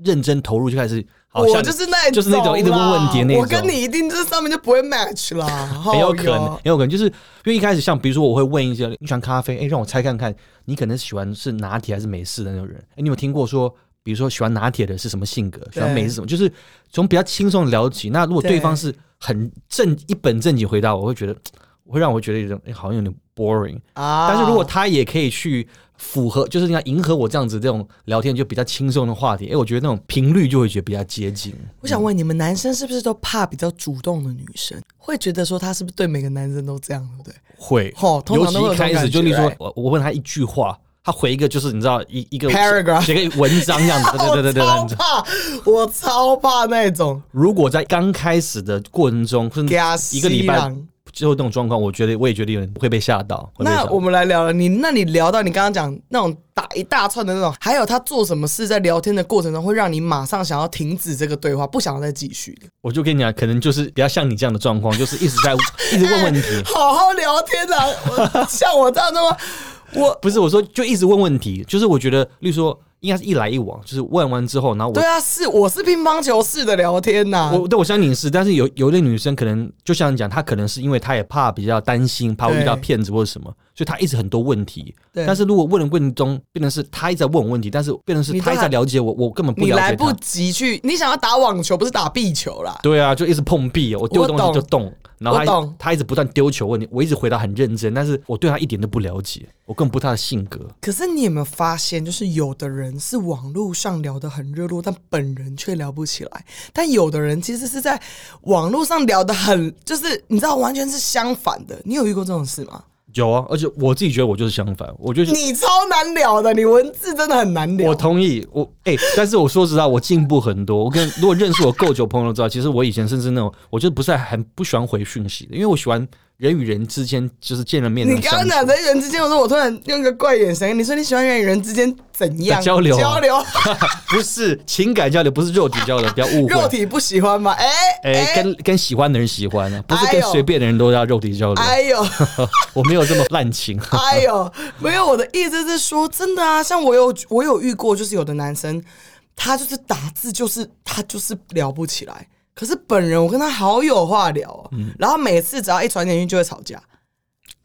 Speaker 2: 认真投入，就开始哦好像
Speaker 1: 我就是那
Speaker 2: 就是那种一直问问题的
Speaker 1: 啦
Speaker 2: 那种
Speaker 1: 我跟你一定这上面就不会 match 啦，
Speaker 2: 很
Speaker 1: 很
Speaker 2: 有可能，很有可能，就是因为一开始像比如说我会问一些你喜欢咖啡，哎、让我猜看看，你可能喜欢是拿铁还是美式的那种人？哎、你有听过说，比如说喜欢拿铁的是什么性格，喜欢美式是什么？就是从比较轻松的聊起。那如果对
Speaker 1: 对
Speaker 2: 方是很正一本正经回答，我会觉得会让我觉得有点、哎好像有点 boring。
Speaker 1: 啊。
Speaker 2: 但是如果他也可以去符合，就是你要迎合我这样子这种聊天就比较轻松的话题，哎、我觉得那种频率就会觉得比较接近。
Speaker 1: 我想问你们，男生是不是都怕比较主动的女生？会觉得说她是不是对每个男生都这样，对不对？
Speaker 2: 会，
Speaker 1: 吼哦通
Speaker 2: 尤
Speaker 1: 常
Speaker 2: 其
Speaker 1: 都会有
Speaker 2: 一
Speaker 1: 这种
Speaker 2: 开始
Speaker 1: 感
Speaker 2: 就
Speaker 1: 觉
Speaker 2: 例如说
Speaker 1: right？，
Speaker 2: 我我问他一句话，他回一个就是你知道一一个
Speaker 1: Paragraph
Speaker 2: 写个文章 这样子，对对对对对
Speaker 1: 我超
Speaker 2: 对对。
Speaker 1: 怕，我超怕那种
Speaker 2: 如果在刚开始的过程中，甚
Speaker 1: 给
Speaker 2: 至
Speaker 1: 他
Speaker 2: 一个礼
Speaker 1: 吸
Speaker 2: 拜
Speaker 1: 狼
Speaker 2: 之后这种状况，我觉得我也觉得有点会被吓到。会被吓
Speaker 1: 那
Speaker 2: 到
Speaker 1: 我们来聊了，你那你聊到你刚刚讲那种打一大串的那种，还有他做什么事在聊天的过程中，会让你马上想要停止这个对话，不想要再继续的。
Speaker 2: 我就跟你讲，可能就是比较像你这样的状况，就是一直在一直问问 题。
Speaker 1: 好好聊天啊， 我像我这样的吗？我
Speaker 2: 不是我说，就一直问问题，就是我觉得，例如说，应该是一来一往，就是问完之后，然后我
Speaker 1: 对啊，是我是乒乓球式的聊天呐、
Speaker 2: 我对我相信你是，但是有有一类女生可能就像你讲，她可能是因为她也怕比较担心，怕会遇到
Speaker 1: 对
Speaker 2: 骗子或者什么，所以她一直很多问题。
Speaker 1: 对
Speaker 2: 但是如果问的过程中，变成是她一直在问我问题，但是变成是
Speaker 1: 你都
Speaker 2: 她一直在
Speaker 1: 还
Speaker 2: 了解我，我根本不
Speaker 1: 你
Speaker 2: 了
Speaker 1: 来
Speaker 2: 解
Speaker 1: 不
Speaker 2: 她。
Speaker 1: 及去，你想要打网球不是打壁球啦，
Speaker 2: 对啊，就一直碰壁，我丢
Speaker 1: 我
Speaker 2: 东西就
Speaker 1: 懂
Speaker 2: 动，然后他
Speaker 1: 我懂
Speaker 2: 他一直不断丢球问你，我一直回答很认真，但是我对他一点都不了解，我更不知道他的性格。
Speaker 1: 可是你有没有发现，就是有的人是网络上聊得很热络，但本人却聊不起来；但有的人其实是在网络上聊得很， 就是你知道，完全是相反的。你有遇过这种事吗？
Speaker 2: 有啊，而且我自己觉得我就是相反，我就是
Speaker 1: 你超难聊的，你文字真的很难聊。
Speaker 2: 我同意，我哎、但是我说实话，我进步很多。我跟如果认识我够久朋友 都知道，其实我以前甚至那种，我就不是很不喜欢回讯息的，因为我喜欢人与人之间就是见了面那
Speaker 1: 你
Speaker 2: 种
Speaker 1: 刚
Speaker 2: 相
Speaker 1: 刚
Speaker 2: 处。
Speaker 1: 讲人与人之间，我说我突然用个怪眼神，你说你喜欢人与人之间怎样
Speaker 2: 的交流啊
Speaker 1: 交流，
Speaker 2: 不是情感交流，不是肉体交流，不要 误
Speaker 1: 肉
Speaker 2: 会。
Speaker 1: 体不喜欢吗？哎、
Speaker 2: 哎、跟跟喜欢的人喜欢啊，不是
Speaker 1: 哎
Speaker 2: 跟
Speaker 1: 呦
Speaker 2: 随便的人都要肉体交流。啊
Speaker 1: 哎呦，
Speaker 2: 我没有这么滥情。
Speaker 1: 哎呦，没有，我的意思是说，真的啊，像我有我有遇过，就是有的男生，他就是打字就是他就是聊不起来，可是本人我跟他好有话聊、哦，
Speaker 2: 嗯
Speaker 1: 然后每次只要一传简讯就会吵架，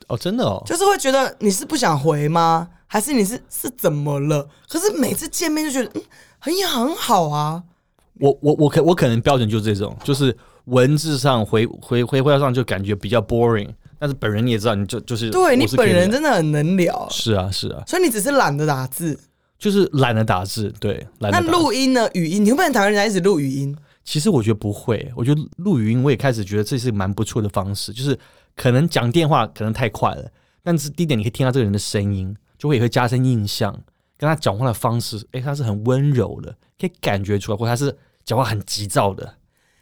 Speaker 2: 哦，真的哦，
Speaker 1: 就是会觉得你是不想回吗？还是你是是怎么了？可是每次见面就觉得，嗯，很也很好啊。
Speaker 2: 我我我可我可能标准就是这种，就是文字上回回回话上就感觉比较 boring，但是本人你也知道，你啊就就是
Speaker 1: 对你
Speaker 2: 我是
Speaker 1: 本
Speaker 2: 可以
Speaker 1: 人
Speaker 2: 的
Speaker 1: 真的很能聊，
Speaker 2: 是啊是啊，
Speaker 1: 所以你只是懒得打字。
Speaker 2: 就是懒得打字，对，懒
Speaker 1: 那
Speaker 2: 得打字。
Speaker 1: 录音呢？语音，你会不会很讨厌人家一直录语音？
Speaker 2: 其实我觉得不会，我觉得录语音我也开始觉得这是蛮不错的方式，就是可能讲电话可能太快了，但是第一点你可以听到这个人的声音，就会也会加深印象，跟他讲话的方式，诶，他是很温柔的，可以感觉出来，或者他是讲话很急躁的，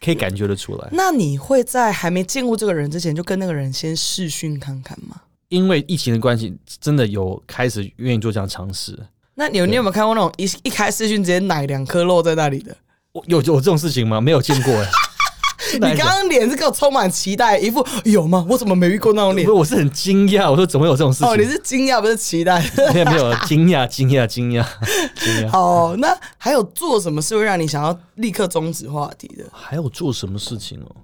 Speaker 2: 可以感觉得出来。
Speaker 1: 那你会在还没见过这个人之前，就跟那个人先试训看看吗？
Speaker 2: 因为疫情的关系，真的有开始愿意做这样的尝试。
Speaker 1: 那你有你有没有看过那种一一开视讯直接奶两颗肉在那里的？
Speaker 2: 我有有这种事情吗？没有见过 哎、真的
Speaker 1: 你
Speaker 2: 还是
Speaker 1: 刚刚脸是给我充满期待，一副有吗？我怎么没遇过那种脸
Speaker 2: 不是？我是很惊讶，我说怎么会有这种事情？
Speaker 1: 哦，你是惊讶不是期 待？
Speaker 2: 没有没有惊讶惊讶惊讶惊讶。
Speaker 1: 哦，那还有做什么事会让你想要立刻终止话题的？
Speaker 2: 还有做什么事情哦？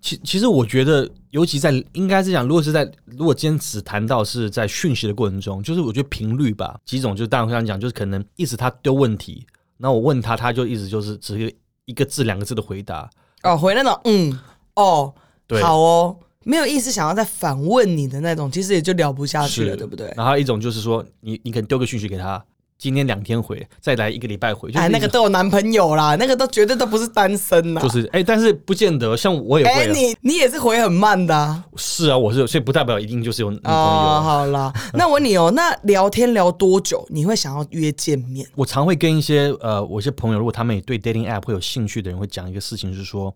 Speaker 2: 其其实我觉得，尤其在应该是讲，如果是在如果今天只谈到是在讯息的过程中，就是我觉得频率吧，几种就是大刚刚讲，就是可能一直他丢问题，然后我问他，他就一直就是只是一个字两个字的回答，
Speaker 1: 哦，回那种嗯哦，
Speaker 2: 对
Speaker 1: 好哦，没有意思，想要再反问你的那种，其实也就聊不下去了，
Speaker 2: 是
Speaker 1: 对不对？
Speaker 2: 然后一种就是说，你你可能丢个讯息给他，今天两天回，再来一个礼拜回，就是
Speaker 1: 哎，
Speaker 2: 一
Speaker 1: 那
Speaker 2: 直
Speaker 1: 个都有男朋友啦，那个都绝对都不是单身啦。
Speaker 2: 就是哎、但是不见得，像我也
Speaker 1: 哎、
Speaker 2: 会、啊，
Speaker 1: 你你也是回很慢的啊。
Speaker 2: 是啊，我是有，所以不代表一定就是有女朋友啊。
Speaker 1: 哦，好 啦，那我问你哦，那聊天聊多久你会想要约见面？
Speaker 2: 我常会跟一些呃，我一些朋友，如果他们也对 dating app 会有兴趣的人，会讲一个事情，就是说，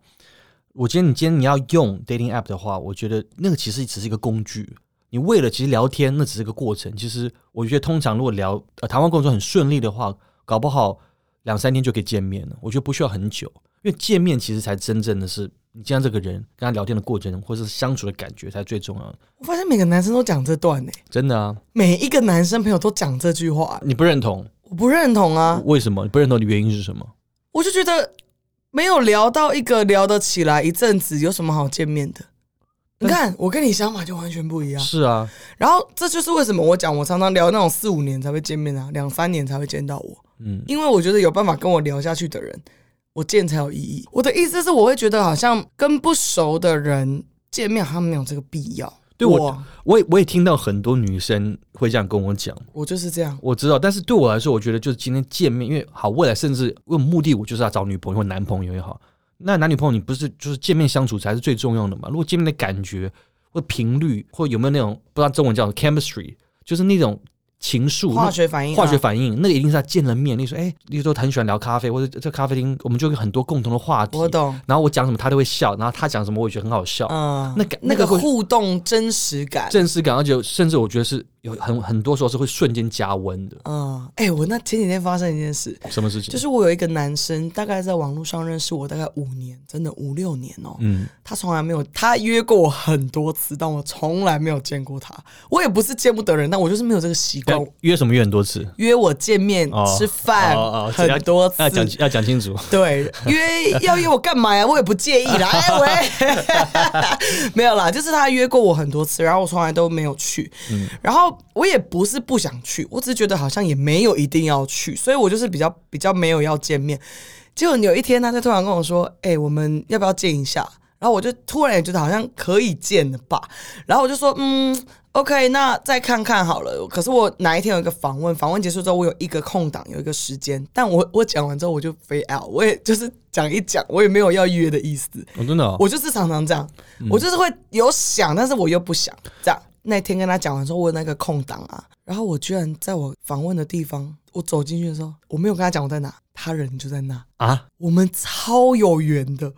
Speaker 2: 我觉得你今天你要用 dating app 的话，我觉得那个其实只是一个工具。你为了其实聊天，那只是个过程。其实我觉得通常如果聊呃谈话过程中很顺利的话，搞不好两三天就可以见面了。我觉得不需要很久，因为见面其实才真正的是你见到这个人，跟他聊天的过程，或是相处的感觉才最重要的。
Speaker 1: 我发现每个男生都讲这段呢、欸
Speaker 2: 真的啊，
Speaker 1: 每一个男生朋友都讲这句话、
Speaker 2: 你不认同？
Speaker 1: 我不认同啊，
Speaker 2: 为什么？你不认同的原因是什么？
Speaker 1: 我就觉得没有聊到一个聊得起来一阵子，有什么好见面的？你看，我跟你想法就完全不一样。
Speaker 2: 是啊，
Speaker 1: 然后这就是为什么我讲我常常聊那种四五年才会见面啊，两三年才会见到我，
Speaker 2: 嗯。
Speaker 1: 因为我觉得有办法跟我聊下去的人，我见才有意义。我的意思是，我会觉得好像跟不熟的人见面好像没有这个必要。
Speaker 2: 对
Speaker 1: 我
Speaker 2: 我，我也我也听到很多女生会这样跟我讲，
Speaker 1: 我就是这样。
Speaker 2: 我知道，但是对我来说，我觉得就是今天见面，因为好未来甚至为目的，我就是要找女朋友或男朋友也好，那男女朋友你不是就是见面相处才是最重要的嘛？如果见面的感觉或频率或有没有那种不知道中文叫什么 chemistry，就是那种情愫
Speaker 1: 化
Speaker 2: 那
Speaker 1: 学反应、啊，
Speaker 2: 化学反应，那个一定是在见了面，你说哎，你都很喜欢聊咖啡，或者在咖啡厅我们就有很多共同的话题，
Speaker 1: 我懂。
Speaker 2: 然后我讲什么他都会笑，然后他讲什么我也觉得很好笑，
Speaker 1: 嗯，
Speaker 2: 那个
Speaker 1: 那
Speaker 2: 那个
Speaker 1: 个
Speaker 2: 会
Speaker 1: 互动真实感，
Speaker 2: 正式感，而且甚至我觉得是有很很多时候是会瞬间加温的。
Speaker 1: 嗯，哎、我那前几天发生一件事，
Speaker 2: 什么事情？
Speaker 1: 就是我有一个男生，大概在网络上认识我大概五年，真的五六年哦、
Speaker 2: 嗯，
Speaker 1: 他从来没有，他约过我很多次，但我从来没有见过他。我也不是见不得人，但我就是没有这个习惯。
Speaker 2: 约什么约很多次？
Speaker 1: 约我见面、
Speaker 2: 哦
Speaker 1: 吃饭、
Speaker 2: 哦哦
Speaker 1: 很多次，
Speaker 2: 要讲要讲清楚。
Speaker 1: 对，约要约我干嘛呀？我也不介意 啦。哎喂， 没有啦，就是他约过我很多次，然后我从来都没有去。
Speaker 2: 嗯
Speaker 1: 然后我也不是不想去，我只是觉得好像也没有一定要去，所以我就是比较比较没有要见面。结果有一天，他就突然跟我说：“哎、我们要不要见一下？”然后我就突然也觉得好像可以见了吧，然后我就说嗯，OK，那再看看好了。可是我哪一天有一个访问，访问结束之后我有一个空档，有一个时间，但我我讲完之后我就飞 out，我也就是讲一讲，我也没有要约的意思，
Speaker 2: 我、真的、哦，
Speaker 1: 我就是常常这样，我就是会有想，但是我又不想这样。那天跟他讲完之后，我有那个空档啊，然后我居然在我访问的地方，我走进去的时候，我没有跟他讲我在哪，他人就在那。
Speaker 2: 啊，
Speaker 1: 我们超有缘的，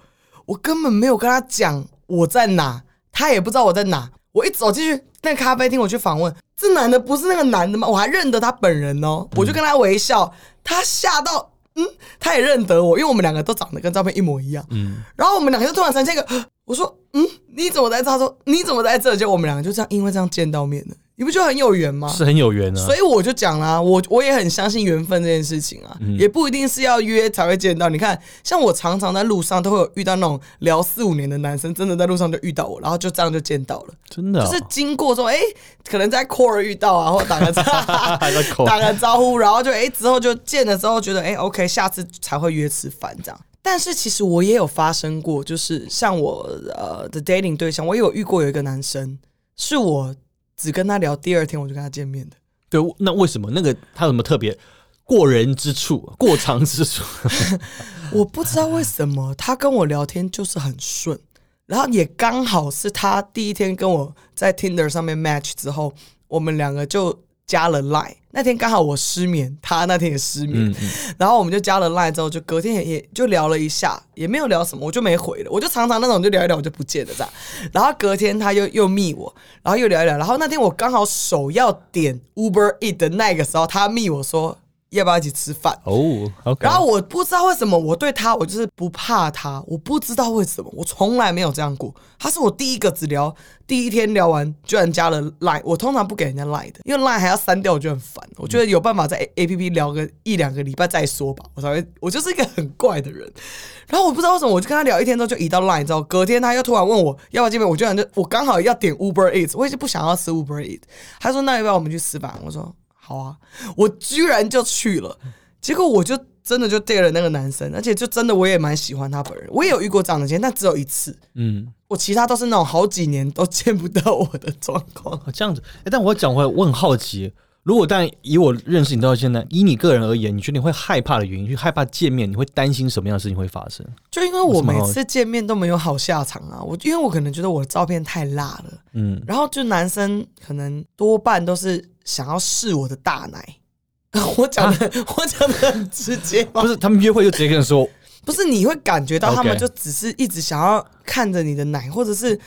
Speaker 1: 我根本没有跟他讲我在哪，他也不知道我在哪。我一走进去那咖啡厅，我去访问，这男的不是那个男的吗？我还认得他本人哦，我就跟他微笑，他吓到，嗯，他也认得我，因为我们两个都长得跟照片一模一样。
Speaker 2: 嗯，
Speaker 1: 然后我们两个就突然呈现一个， 呃我说，嗯，你怎么在这？他说，你怎么在这？就我们两个就这样，因为这样见到面的，你不觉得很有缘吗？
Speaker 2: 是很有缘啊
Speaker 1: 所。以我就讲啦、我我也很相信缘分这件事情啊，也不一定是要约才会见到。你看，像我常常在路上都会有遇到那种聊四五年的男生，真的在路上就遇到我，然后就这样就见到了，
Speaker 2: 真的、哦，
Speaker 1: 就是经过说，哎、可能在 Core 遇到啊，或打个招
Speaker 2: 在 Core
Speaker 1: 打个招呼，然后就哎、之后就见了之后觉得哎、OK，下次才会约吃饭这样。但是其实我也有发生过，就是像我呃的 dating 对象，我也有遇过有一个男生，是我只跟他聊第二天我就跟他见面的。
Speaker 2: 对，那为什么那个他有什么特别过人之处、过长之处？
Speaker 1: 我不知道为什么他跟我聊天就是很顺，然后也刚好是他第一天跟我在 Tinder 上面 match 之后，我们两个就加了 Line。那天刚好我失眠，他那天也失眠，然后我们就加了 Line 之后，就隔天也也就聊了一下，也没有聊什么，我就没回了。我就常常那种就聊一聊我就不见了这样，然后隔天他又又密我，然后又聊一聊，然后那天我刚好手要点 Uber Eat 的那个时候，他密我说要不要一起吃饭。
Speaker 2: 哦，OK，
Speaker 1: 然后我不知道为什么我对他，我就是不怕他，我不知道为什么，我从来没有这样过。他是我第一个只聊，第一天聊完居然加了 Line，我通常不给人家 Line 的，因为 Line 还要删掉，我觉得很烦。我觉得有办法在 A P P 聊个一两个礼拜再说吧，我才会。我就是一个很怪的人。然后我不知道为什么，我就跟他聊一天之后就移到 Line 之后，隔天他又突然问我要不要见面，我居然就我刚好要点 Uber Eats，我已经不想要吃 Uber Eats，他说那要不要我们去吃饭？我说好啊，我居然就去了，结果我就真的就对了那个男生，而且就真的我也蛮喜欢他本人，我也有遇过这样的经验，但只有一次，
Speaker 2: 嗯，
Speaker 1: 我其他都是那种好几年都见不到我的状况。
Speaker 2: 哦这样子。诶但我讲回来，我很好奇，如果但以我认识你到现在，以你个人而言，你觉得你会害怕的原因，去害怕见面，你会担心什么样的事情会发生？
Speaker 1: 就因为我
Speaker 2: 有什么
Speaker 1: 每
Speaker 2: 好
Speaker 1: 次见面都没有好下场啊，我因为我可能觉得我的照片太辣了，
Speaker 2: 嗯，
Speaker 1: 然后就男生可能多半都是想要试我的大奶。 我讲的、我讲的很直接 吗？
Speaker 2: 不是，他们约会就直接跟你说，
Speaker 1: 不是你会感觉到他们
Speaker 2: OK
Speaker 1: 就只是一直想要看着你的奶，或者是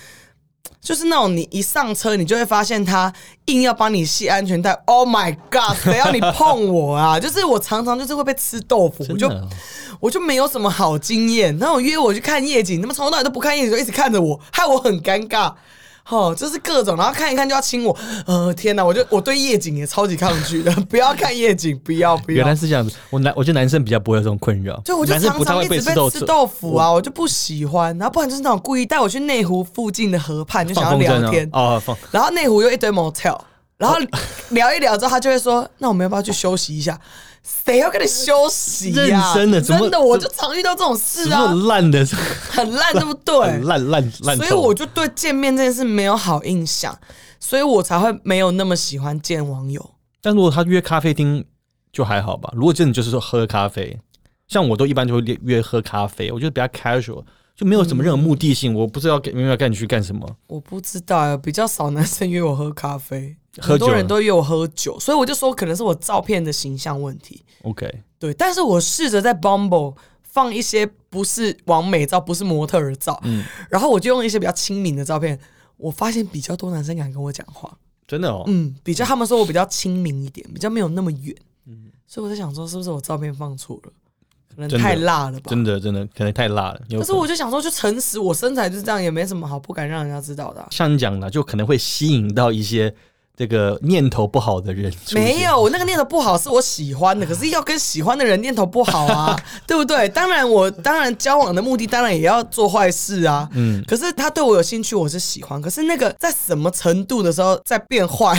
Speaker 1: 就是那种你一上车你就会发现他硬要帮你系安全带。Oh my god！谁要你碰我啊？ 就是我常常就是会被吃豆腐，我
Speaker 2: 真
Speaker 1: 就
Speaker 2: 的哦
Speaker 1: 我就没有什么好经验。然后我约我去看夜景，他们从头到尾都不看夜景，就一直看着我，害我很尴尬。哦，就是各种，然后看一看就要亲我，呃，天哪，我就我对夜景也超级抗拒的， 不要看夜景，不要不要。
Speaker 2: 原来是这样子。我男，我觉得男生比较不会有这种困扰，
Speaker 1: 就我就
Speaker 2: 男生
Speaker 1: 常
Speaker 2: 不太
Speaker 1: 常
Speaker 2: 会
Speaker 1: 一直
Speaker 2: 吃
Speaker 1: 被
Speaker 2: 豆
Speaker 1: 吃豆腐啊，我就不喜欢。然后不然就是那种故意带我去内湖附近的河畔，就想
Speaker 2: 放
Speaker 1: 要
Speaker 2: 风筝
Speaker 1: 聊
Speaker 2: 啊
Speaker 1: 天。
Speaker 2: 哦，放
Speaker 1: 然后内湖又一堆 motel，然后聊一聊之后，他就会说：“那我们要不要去休息一下？”谁要跟你休息呀、
Speaker 2: 认真的怎么
Speaker 1: 真的，我就常遇到这种事
Speaker 2: 怎么
Speaker 1: 啊
Speaker 2: 那，么烂的，
Speaker 1: 很烂，对不对？
Speaker 2: 很烂烂烂透。
Speaker 1: 所以我就对见面这件事没有好印象，所以我才会没有那么喜欢见网友。
Speaker 2: 但如果他约咖啡厅就还好吧。如果真的就是说喝咖啡，像我都一般就会约约喝咖啡，我觉得比较 casual，就没有什么任何目的
Speaker 1: 嗯
Speaker 2: 性，我不知道跟明白干你去干什么。
Speaker 1: 我不知道呀，比较少男生约我喝咖啡，
Speaker 2: 喝
Speaker 1: 很
Speaker 2: 酒
Speaker 1: 多人都约我喝酒，所以我就说可能是我照片的形象问题。
Speaker 2: OK，
Speaker 1: 对，但是我试着在 Bumble 放一些不是完美照，不是模特儿照，
Speaker 2: 嗯
Speaker 1: 然后我就用一些比较亲民的照片，我发现比较多男生敢跟我讲话，
Speaker 2: 真的哦，
Speaker 1: 嗯，比较他们说我比较亲民一点，比较没有那么远，所以我在想说是不是我照片放错了，可能
Speaker 2: 嗯真的
Speaker 1: 太辣了吧，
Speaker 2: 真的真的可能太辣了。有
Speaker 1: 可是
Speaker 2: 能
Speaker 1: 我就想说，就诚实，我身材就是这样，也没什么好不敢让人家知道的啊、
Speaker 2: 像你讲的，就可能会吸引到一些这个念头不好的人。
Speaker 1: 没，有，我那个念头不好是我喜欢的，可是要跟喜欢的人念头不好啊，对不对？当然我，当然交往的目的当然也要做坏事啊。嗯，可是他对我有兴趣，我是喜欢，可是那个在什么程度的时候在变坏，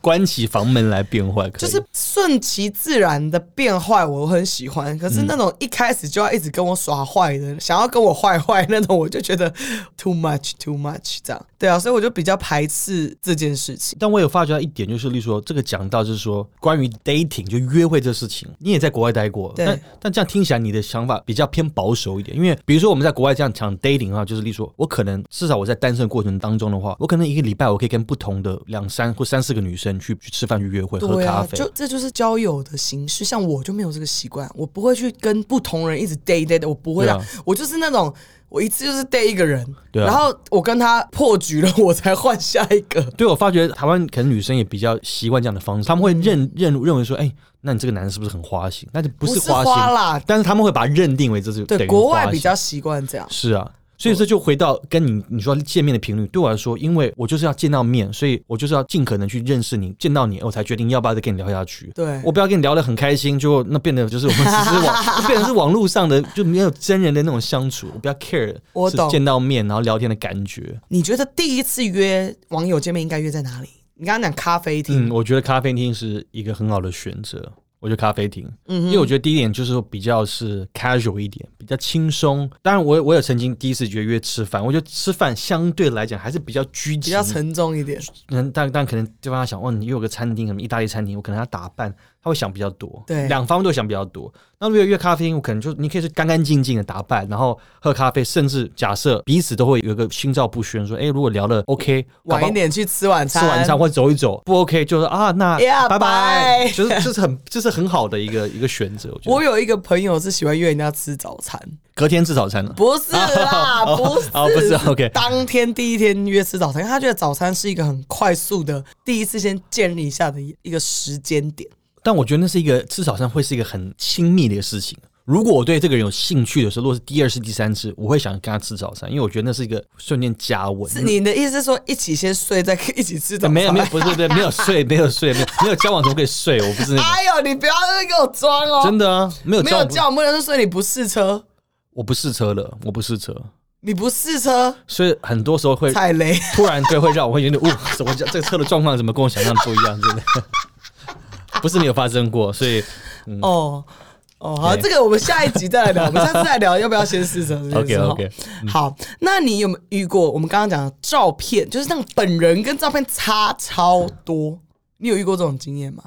Speaker 2: 关起房门来变坏，可
Speaker 1: 就
Speaker 2: 以
Speaker 1: 是顺其自然的变坏，我很喜欢。可是那种一开始就要一直跟我耍坏的，想要跟我坏坏那种，我就觉得 too much too much 这样。对啊，所以我就比较排斥这件事情。
Speaker 2: 但我有发觉到一点，就是例如说，这个讲到就是说，关于 dating 就约会这事情，你也在国外待过，
Speaker 1: 对
Speaker 2: 但但这样听起来你的想法比较偏保守一点，因为比如说我们在国外这样讲 dating 啊，就是例如说，我可能至少我在单身的过程当中的话，我可能一个礼拜我可以跟不同的两三或三四个女生去去吃饭、去约会、喝
Speaker 1: 对
Speaker 2: 咖
Speaker 1: 啊，
Speaker 2: 啡，
Speaker 1: 就这就是交友的形式。像我就没有这个习惯，我不会去跟不同人一直 date date，我不会
Speaker 2: 对
Speaker 1: 的。
Speaker 2: 啊
Speaker 1: 我就是那种我一次就是 date 一个人，
Speaker 2: 对啊
Speaker 1: 然后我跟他破局了，我才换下一个。
Speaker 2: 对我发觉台湾可能女生也比较习惯这样的方式，他们会认认认为说，哎、那你这个男的是不是很花心？那就
Speaker 1: 不
Speaker 2: 不是
Speaker 1: 是
Speaker 2: 花心，
Speaker 1: 花啦
Speaker 2: 但是他们会把它认定为这是等
Speaker 1: 对，
Speaker 2: 于
Speaker 1: 国
Speaker 2: 花
Speaker 1: 外比
Speaker 2: 心
Speaker 1: 较习惯这样。
Speaker 2: 是啊。所以这就回到跟你你说见面的频率，对我来说，因为我就是要见到面，所以我就是要尽可能去认识你，见到你，我才决定要不要再跟你聊下去。
Speaker 1: 对
Speaker 2: 我不要跟你聊得很开心，就那变得就是我们只是网，变成是网络上的就没有真人的那种相处，我不要 care，
Speaker 1: 我
Speaker 2: 是
Speaker 1: 懂
Speaker 2: 见到面然后聊天的感觉。
Speaker 1: 你觉得第一次约网友见面应该约在哪里？你刚刚讲咖啡厅，
Speaker 2: 嗯，我觉得咖啡厅是一个很好的选择。我觉得咖啡厅，
Speaker 1: 嗯
Speaker 2: 因为我觉得第一点就是说比较是 casual 一点，比较轻松。当然我，我有曾经第一次约约吃饭，我觉得吃饭相对来讲还是比较拘谨，
Speaker 1: 比较沉重一点。
Speaker 2: 嗯，但但可能对方想，哦，你约我个餐厅，什么意大利餐厅，我可能要打扮，他会想比较多，
Speaker 1: 对
Speaker 2: 两方都想比较多。那如果约咖啡厅，我可能就你可以是干干净净的打扮，然后喝咖啡，甚至假设彼此都会有一个心照不宣，说，哎，如果聊的 OK，搞不
Speaker 1: 晚
Speaker 2: 好
Speaker 1: 一点去吃晚
Speaker 2: 吃
Speaker 1: 餐，
Speaker 2: 晚餐或走一走，不 OK 就是啊，那
Speaker 1: Yeah，
Speaker 2: 拜拜
Speaker 1: bye
Speaker 2: 就是这是很这是很好的一个一个选择，我觉
Speaker 1: 我
Speaker 2: 得
Speaker 1: 有一个朋友是喜欢约人家吃早餐，
Speaker 2: 隔天吃早餐了，
Speaker 1: 不是啦，不是，
Speaker 2: 哦不是 OK
Speaker 1: 当天第一天约吃早餐，因为他觉得早餐是一个很快速的，第一次先建立一下的一个时间点。
Speaker 2: 但我觉得那是一个吃早餐会是一个很亲密的一个事情。如果我对这个人有兴趣的时候，如果是第二次、第三次，我会想跟他吃早餐，因为我觉得那是一个瞬间加温。
Speaker 1: 是你的意思是说一起先睡，再 一起吃早餐？
Speaker 2: 嗯没有没有，不是不是没有睡，没有睡，没有没有交往怎么可以睡？我不是那种
Speaker 1: 哎呦，你不要在那边给我装哦，
Speaker 2: 真的啊，没有
Speaker 1: 没
Speaker 2: 交
Speaker 1: 有
Speaker 2: 往，
Speaker 1: 叫我们人说你不试车，
Speaker 2: 我不试车了，我不试车，
Speaker 1: 你不试车
Speaker 2: 所以很多时候会
Speaker 1: 踩雷。
Speaker 2: 突然对会让我会有点，哦，怎么这这个车的状况怎么跟我想象的不一样？真的不是没有发生过，所以
Speaker 1: 哦哦，好，
Speaker 2: 嗯对
Speaker 1: 这个我们下一集再来 聊，我们下次再聊要不要先试车这件事
Speaker 2: OK，OK，嗯
Speaker 1: 哈好，那你有没有遇过我们刚刚讲的照片，就是那种本人跟照片差超多？你有遇过这种经验吗？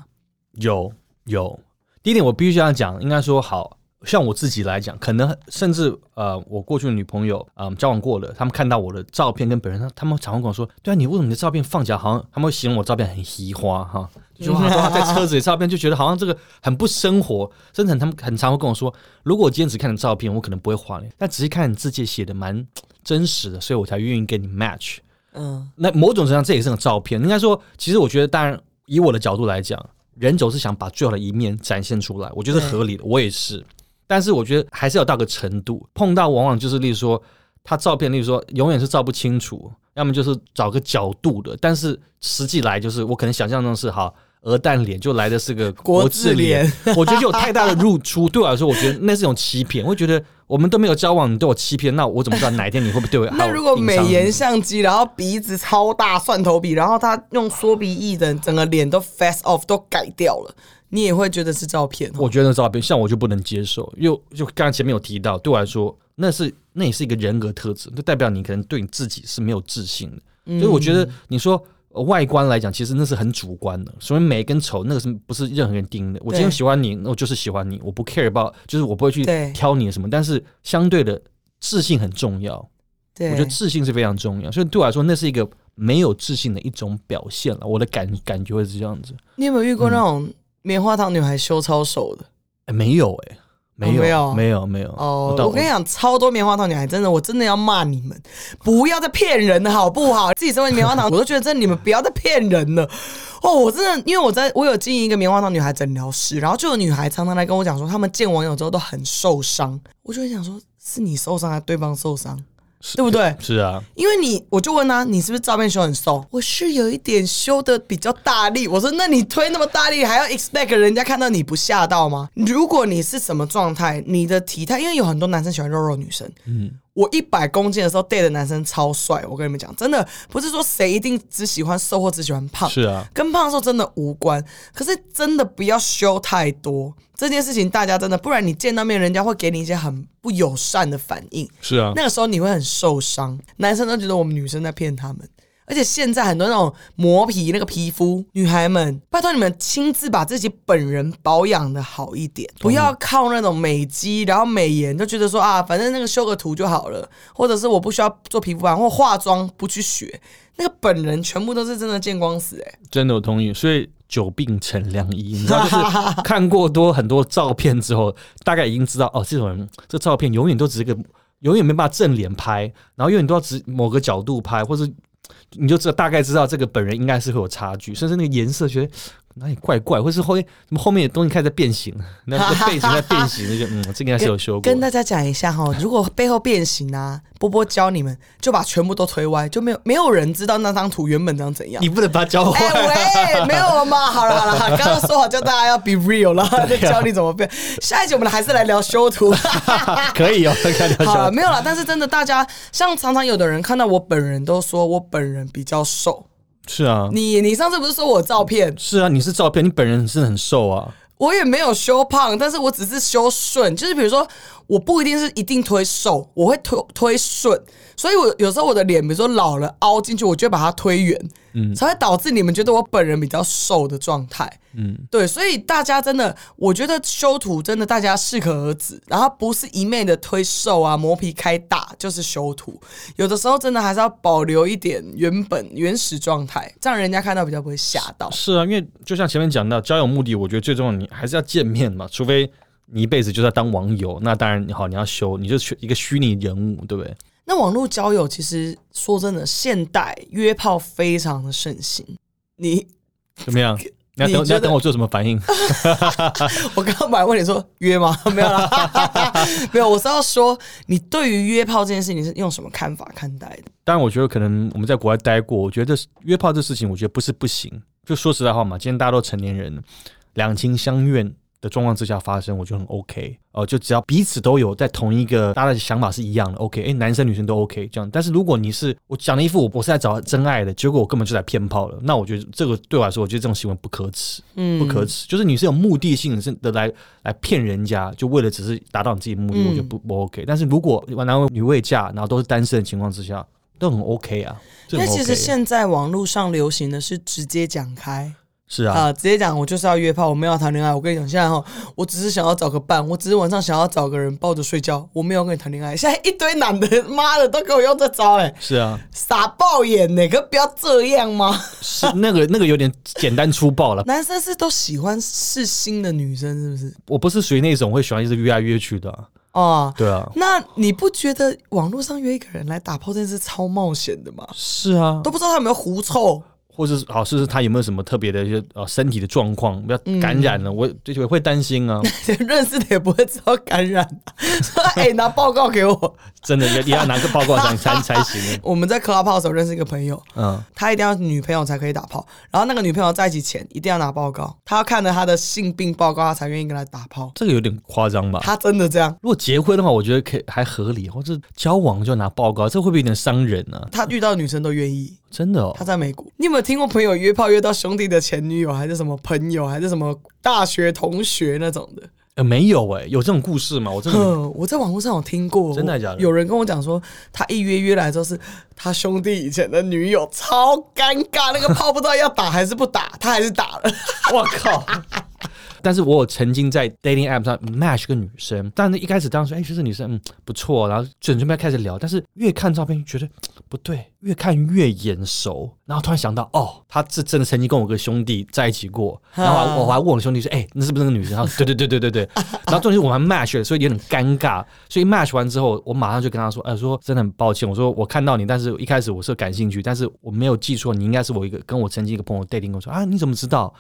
Speaker 2: 有有。第一点，我必须这样讲，应该说好。像我自己来讲，可能甚至呃，我过去的女朋友，嗯、交往过的，他们看到我的照片跟本人，他们常会跟我说，对啊，你为什么你的照片放起来好像，他们会形容我照片很移花哈，就说哇哇在车子里照片就觉得好像这个很不生活，甚至很他们很常会跟我说，如果我今天只看你照片，我可能不会画你，但只是看你字迹写的蛮真实的，所以我才愿意跟你 match。
Speaker 1: 嗯，
Speaker 2: 那某种程度上这也是个照片。应该说，其实我觉得，当然以我的角度来讲，人总是想把最好的一面展现出来，我觉得是合理的，我也是。但是我觉得还是要到个程度，碰到往往就是，例如说他照片，例如说永远是照不清楚，要么就是找个角度的，但是实际来就是我可能想象中是好。鹅蛋脸就来的是 个
Speaker 1: 国字
Speaker 2: 字脸，我觉得有太大的入出，对我来说，我觉得那是一种欺骗。我觉得我们都没有交往，你对我欺骗，那我怎么知道哪一天你会不会对我还有
Speaker 1: 那如果美
Speaker 2: 硬伤
Speaker 1: 颜相机，然后鼻子超大，蒜头鼻，然后他用缩鼻翼的，整个脸都 face off 都改掉了，你也会觉得是照片哦？
Speaker 2: 我觉得那照片像我就不能接受，又就刚才前面有提到，对我来说那是那也是一个人格特质，就代表你可能对你自己是没有自信的。所以我
Speaker 1: 嗯
Speaker 2: 觉得你说呃外观来讲，其实那是很主观的，所以美跟丑那个是不是任何人定的？我今天喜欢你，那我就是喜欢你，我不 care about，就是我不会去
Speaker 1: 对
Speaker 2: 挑你什么，但是相对的自信很重要，
Speaker 1: 嗯对，
Speaker 2: 我觉得自信是非常重要，所以对我来说那是一个没有自信的一种表现了，我的感感觉会是这样子。
Speaker 1: 你有没有遇过那种棉花糖女孩修超手的？
Speaker 2: 哎，没有哎、没
Speaker 1: 哦
Speaker 2: 有，
Speaker 1: 没有
Speaker 2: 没有，没有。
Speaker 1: 哦，
Speaker 2: 到
Speaker 1: 我跟你讲，超多棉花糖女孩，真的，我真的要骂你们，不要再骗人了，好不好？自己身为棉花 糖，我都觉得真的你们不要再骗人了。哦，我真的，因为我在我有经营一个棉花糖女孩诊疗室，然后就有女孩常常来跟我讲说，她们见网友之后都很受伤，我就会想说，是你受伤还是对方受伤，对不对？
Speaker 2: 是啊，
Speaker 1: 因为你，我就问他，你是不是照片修很瘦？我是有一点修的比较大力。我说，那你推那么大力，还要 expect 人家看到你不吓到吗？如果你是什么状态，你的体态，因为有很多男生喜欢肉肉女生，嗯，我一百公斤的时候 date 的男生超帅，我跟你们讲，真的不是说谁一定只喜欢瘦或只喜欢胖，
Speaker 2: 是啊，
Speaker 1: 跟胖瘦真的无关。可是真的不要修太多这件事情，大家真的，不然你见到面，人家会给你一些很不友善的反应，
Speaker 2: 是啊，
Speaker 1: 那个时候你会很受伤。男生都觉得我们女生在骗他们。而且现在很多那种磨皮那个皮肤，女孩们，拜托你们亲自把自己本人保养的好一点，不要靠那种美肌，然后美颜就觉得说啊，反正那个修个图就好了，或者是我不需要做皮肤保养或化妆，不去学，那个本人全部都是真的见光死哎、
Speaker 2: 真的我同意。所以久病成良 医，你知道，就是看过多很多照片之后，大概已经知道哦，这种人这照片永远都只是个，永远没办法正脸拍，然后永远都要只某个角度拍，或者你就知道大概知道这个本人应该是会有差距，甚至那个颜色觉得。哪里怪怪，或是后面什么后面的东西开始在变形，那个背景在变形，那就嗯，这个应该是有修过 的。
Speaker 1: 跟大家讲一下哈、如果背后变形啊，波波教你们就把全部都推歪，就没有没有人知道那张图原本长怎样。
Speaker 2: 你不能把它 教坏。
Speaker 1: 哎、喂，没有嘛？好了好了，刚刚说好叫大家要 be real 了，就教你怎么变。下一集我们还是来聊修图。
Speaker 2: 可以哦，看到
Speaker 1: 好啊
Speaker 2: 小
Speaker 1: 了，没有了。但是真的，大家像常常有的人看到我本人都说我本人比较瘦。
Speaker 2: 是啊，
Speaker 1: 你你上次不是说我照片，
Speaker 2: 是啊，你是照片，你本人是很瘦啊，
Speaker 1: 我也没有修胖，但是我只是修顺，就是比如说我不一定是一定推瘦，我会推推顺，所以我有时候我的脸，比如说老了凹进去，我就会把它推圆，嗯，才会导致你们觉得我本人比较瘦的状态，嗯，对，所以大家真的，我觉得修图真的大家适可而止，然后不是一昧的推瘦啊，磨皮开大就是修图，有的时候真的还是要保留一点原本原始状态，这样人家看到比较不会吓到，
Speaker 2: 是啊，因为就像前面讲到，交友目的，我觉得最重要，你还是要见面嘛，除非你一辈子就是要当网友，那当然好，你要修，你就是一个虚拟人物，对不对？
Speaker 1: 那网络交友其实说真的，现代约炮非常的盛行。你，
Speaker 2: 怎么样？你要
Speaker 1: 你
Speaker 2: 等，
Speaker 1: 觉
Speaker 2: 你要
Speaker 1: 得
Speaker 2: 等我做什么反应？
Speaker 1: 我刚刚本来问你说约吗？ 没有啦，没有。我是要说，你对于约炮这件事情是用什么看法看待的？
Speaker 2: 当然，我觉得可能我们在国外待过，我觉得约炮这事情，我觉得不是不行。就说实在话嘛，今天大家都成年人，两情相愿的状况之下发生，我觉得很 OK。呃，就只要彼此都有在同一个，大家的想法是一样的，OK，哎、男生女生都 OK 这样。但是如果你是我讲了一副我我是在找真爱的，结果我根本就在骗炮了，那我觉得这个对我来说，我觉得这种行为不可耻，
Speaker 1: 嗯
Speaker 2: 不可耻。就是你是有目的性是的来来骗人家，就为了只是达到你自己的目的，
Speaker 1: 嗯
Speaker 2: 我觉得不不 OK。但是如果男未女未嫁，然后都是单身的情况之下，都很 OK 啊，这
Speaker 1: 因
Speaker 2: 很
Speaker 1: 为
Speaker 2: OK。
Speaker 1: 其实现在网络上流行的是直接讲开
Speaker 2: 是
Speaker 1: 啊、
Speaker 2: 啊，
Speaker 1: 直接讲我就是要约炮，我没有要谈恋爱。我跟你讲，现在哈，我只是想要找个伴，我只是晚上想要找个人抱着睡觉，我没有跟你谈恋爱。现在一堆男的，妈的都给我用这招哎、
Speaker 2: 是啊，
Speaker 1: 傻爆眼呢、欸可不要这样吗？
Speaker 2: 是那个那个有点简单粗暴了。
Speaker 1: 男生是都喜欢是新的女生，是不是？
Speaker 2: 我不是属于那种会喜欢一直约来约去的啊、
Speaker 1: 哦，
Speaker 2: 对啊，
Speaker 1: 那你不觉得网络上约一个人来打炮这件事超冒险的吗？
Speaker 2: 是啊，
Speaker 1: 都不知道他有没有狐臭，
Speaker 2: 或者是好，是不是他有没有什么特别的一些呃身体的状况，不要
Speaker 1: 嗯
Speaker 2: 感染了，我对我会担心啊，
Speaker 1: 认识的也不会知道感染。说哎、拿报告给我。
Speaker 2: 真的也也要拿个报告才才才行啊。
Speaker 1: 我们在 clubhouse 的时候认识一个朋友，
Speaker 2: 嗯，
Speaker 1: 他一定要女朋友才可以打炮，然后那个女朋友在一起前一定要拿报告，他要看了他的性病报告，他才愿意跟他打炮。
Speaker 2: 这个有点夸张吧？
Speaker 1: 他真的这样。
Speaker 2: 如果结婚的话，我觉得可以还合理，或者交往就拿报告，这会不会有点伤人呢、啊？
Speaker 1: 他遇到的女生都愿意，
Speaker 2: 真的哦
Speaker 1: 他，在美国。你有没有听过朋友约炮约到兄弟的前女友，还是什么朋友，还是什么大学同学那种的？
Speaker 2: 呃、没有哎、有这种故事吗？我 真的没
Speaker 1: 嗯，我在网络上有听过，
Speaker 2: 真的假的
Speaker 1: 有人跟我讲说，他一约约来之后是他兄弟以前的女友，超尴尬，那个炮不知道要打还是不打，他还是打 了。
Speaker 2: 我靠！但是我有曾经在 dating app 上 match 个女生，但是一开始当时哎，觉得这女生嗯不错，然后准备开始聊，但是越看照片觉得嘖不对，越看越眼熟，然后突然想到哦，她这真的曾经跟我个兄弟在一起过，然后我还我还问我兄弟说，哎，那是不是那个女生？他说对对对对对对，然后重点是我们还 match 了，所以有点尴尬，所以 match 完之后，我马上就跟他说，哎，说真的很抱歉，我说我看到你，但是一开始我是感兴趣，但是我没有记错，你应该是我一个跟我曾经一个朋友 dating 过，我说啊你怎么知道？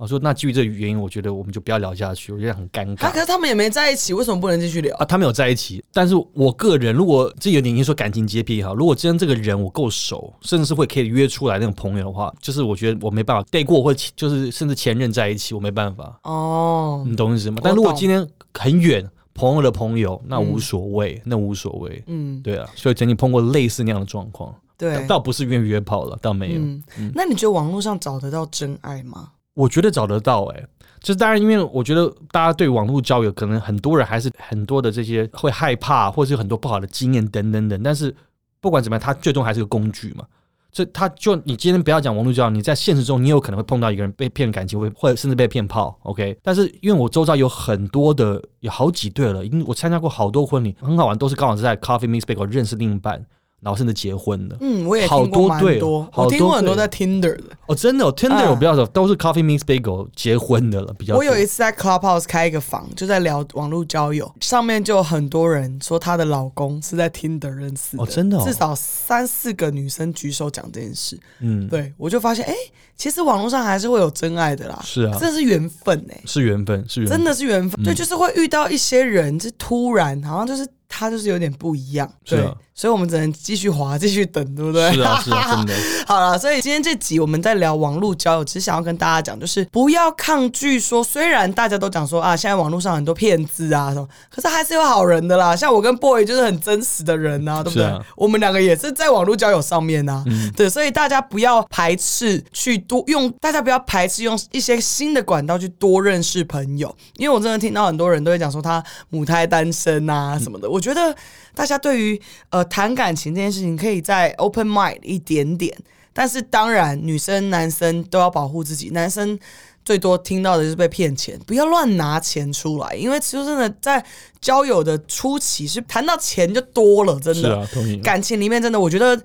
Speaker 2: 我哦说那基于这个原因，我觉得我们就不要聊下去，我觉得很尴
Speaker 1: 他
Speaker 2: 尬
Speaker 1: 啊可。是他们也没在一起，为什么不能继续聊？
Speaker 2: 啊，他们有在一起，但是我个人如果这有点你说感情洁癖也好，如果今天这个人我够熟，甚至是会可以约出来那种朋友的话，就是我觉得我没办法对过或者就是甚至前任在一起，我没办法，
Speaker 1: 哦，
Speaker 2: 你懂我意思吗？
Speaker 1: 我
Speaker 2: 但如果
Speaker 1: 懂
Speaker 2: 今天很远，朋友的朋友，那无所谓，那无所谓。
Speaker 1: 嗯，
Speaker 2: 对啊，所以曾经碰过类似那样的状况，
Speaker 1: 对
Speaker 2: 但，倒不是因为约炮了，倒没有。
Speaker 1: 嗯，那你觉得网络上找得到真爱吗？
Speaker 2: 我觉得找得到哎、就是当然，因为我觉得大家对网络交友，可能很多人还是很多的这些会害怕，或者是有很多不好的经验等等等。但是不管怎么样，它最终还是个工具嘛。这它就你今天不要讲网络交友，你在现实中你有可能会碰到一个人被骗感情，会或者甚至被骗炮。OK，但是因为我周遭有很多的有好几对了，因为我参加过好多婚礼，很好玩，都是刚好是在 Coffee Mix b a g e 认识另一半，然后甚至结婚的。
Speaker 1: 嗯，我也
Speaker 2: 好
Speaker 1: 听过
Speaker 2: 多
Speaker 1: 蛮
Speaker 2: 对哦好
Speaker 1: 我听过
Speaker 2: 多
Speaker 1: 很多
Speaker 2: 对
Speaker 1: 在 Tinder 的。
Speaker 2: 哦，真的、哦、，Tinder
Speaker 1: 啊
Speaker 2: 我不要说，都是 Coffee Mix Bagel 结婚的了，比较多。
Speaker 1: 我有一次在 Clubhouse 开一个房，就在聊网络交友，上面就有很多人说她的老公是在 Tinder 认识的，
Speaker 2: 哦真的哦
Speaker 1: 至少三四个女生举手讲这件事。
Speaker 2: 嗯，
Speaker 1: 对我就发现，哎、其实网络上还是会有真爱的啦，
Speaker 2: 是啊
Speaker 1: 这是缘分哎、
Speaker 2: 是啊嗯缘分，是缘分，
Speaker 1: 真的是缘分，对，就是会遇到一些人，是突然好像就是他就是有点不一样，
Speaker 2: 是
Speaker 1: 对，
Speaker 2: 啊
Speaker 1: 所以我们只能继续滑，继续等，对不对？
Speaker 2: 是啊，是啊，真的，
Speaker 1: 好了，所以今天这集我们在聊网络交友，只是想要跟大家讲，就是不要抗拒说，虽然大家都讲说啊，现在网络上很多骗子啊什么，可是还是有好人的啦。像我跟 boy 就是很真实的人啊，对不对？
Speaker 2: 是啊
Speaker 1: 我们两个也是在网络交友上面啊，对，所以大家不要排斥去多用，大家不要排斥用一些新的管道去多认识朋友，因为我真的听到很多人都会讲说他母胎单身啊什么的，我觉得大家对于呃谈感情这件事情，可以再 open mind 一点点。但是当然，女生、男生都要保护自己。男生最多听到的就是被骗钱，不要乱拿钱出来，因为说真的，在交友的初期是谈到钱就多了，真
Speaker 2: 是
Speaker 1: 的。
Speaker 2: 啊，同意。
Speaker 1: 感情里面真的，我觉得，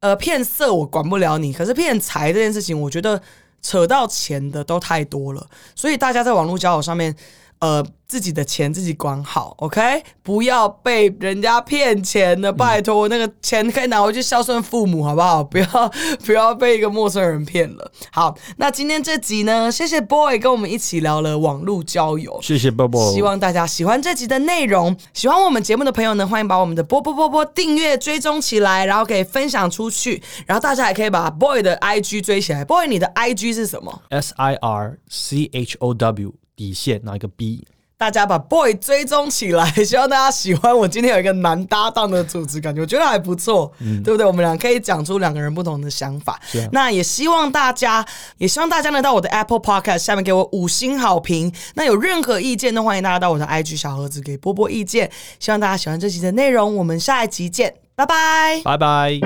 Speaker 1: 呃，骗色我管不了你，可是骗财这件事情，我觉得扯到钱的都太多了，所以大家在网络交友上面。呃，自己的钱自己管好，OK，不要被人家骗钱的，拜托，那个钱可以拿回去孝顺父母，好不好？不要不要被一个陌生人骗了。好，那今天这集呢，谢谢 Boy 跟我们一起聊了网络交友，
Speaker 2: 谢谢 Bobo，
Speaker 1: 希望大家喜欢这集的内容。喜欢我们节目的朋友呢，欢迎把我们的波波波波订阅追踪起来，然后可以分享出去。然后大家也可以把 Boy 的 IG 追起来。Boy，你的 IG 是什么？
Speaker 2: S I R C H O W 底线拿一个 B，
Speaker 1: 大家把 Boy 追踪起来，希望大家喜欢。我今天有一个男搭档的主持感觉，我觉得还不错，对不对？我们俩可以讲出两个人不同的想法。那也希望大家，也希望大家呢到我的 Apple Podcast 下面给我五星好评。那有任何意见都欢迎大家到我的 IG 小盒子给波波意见。希望大家喜欢这集的内容，我们下一集见，拜拜。
Speaker 2: 拜拜。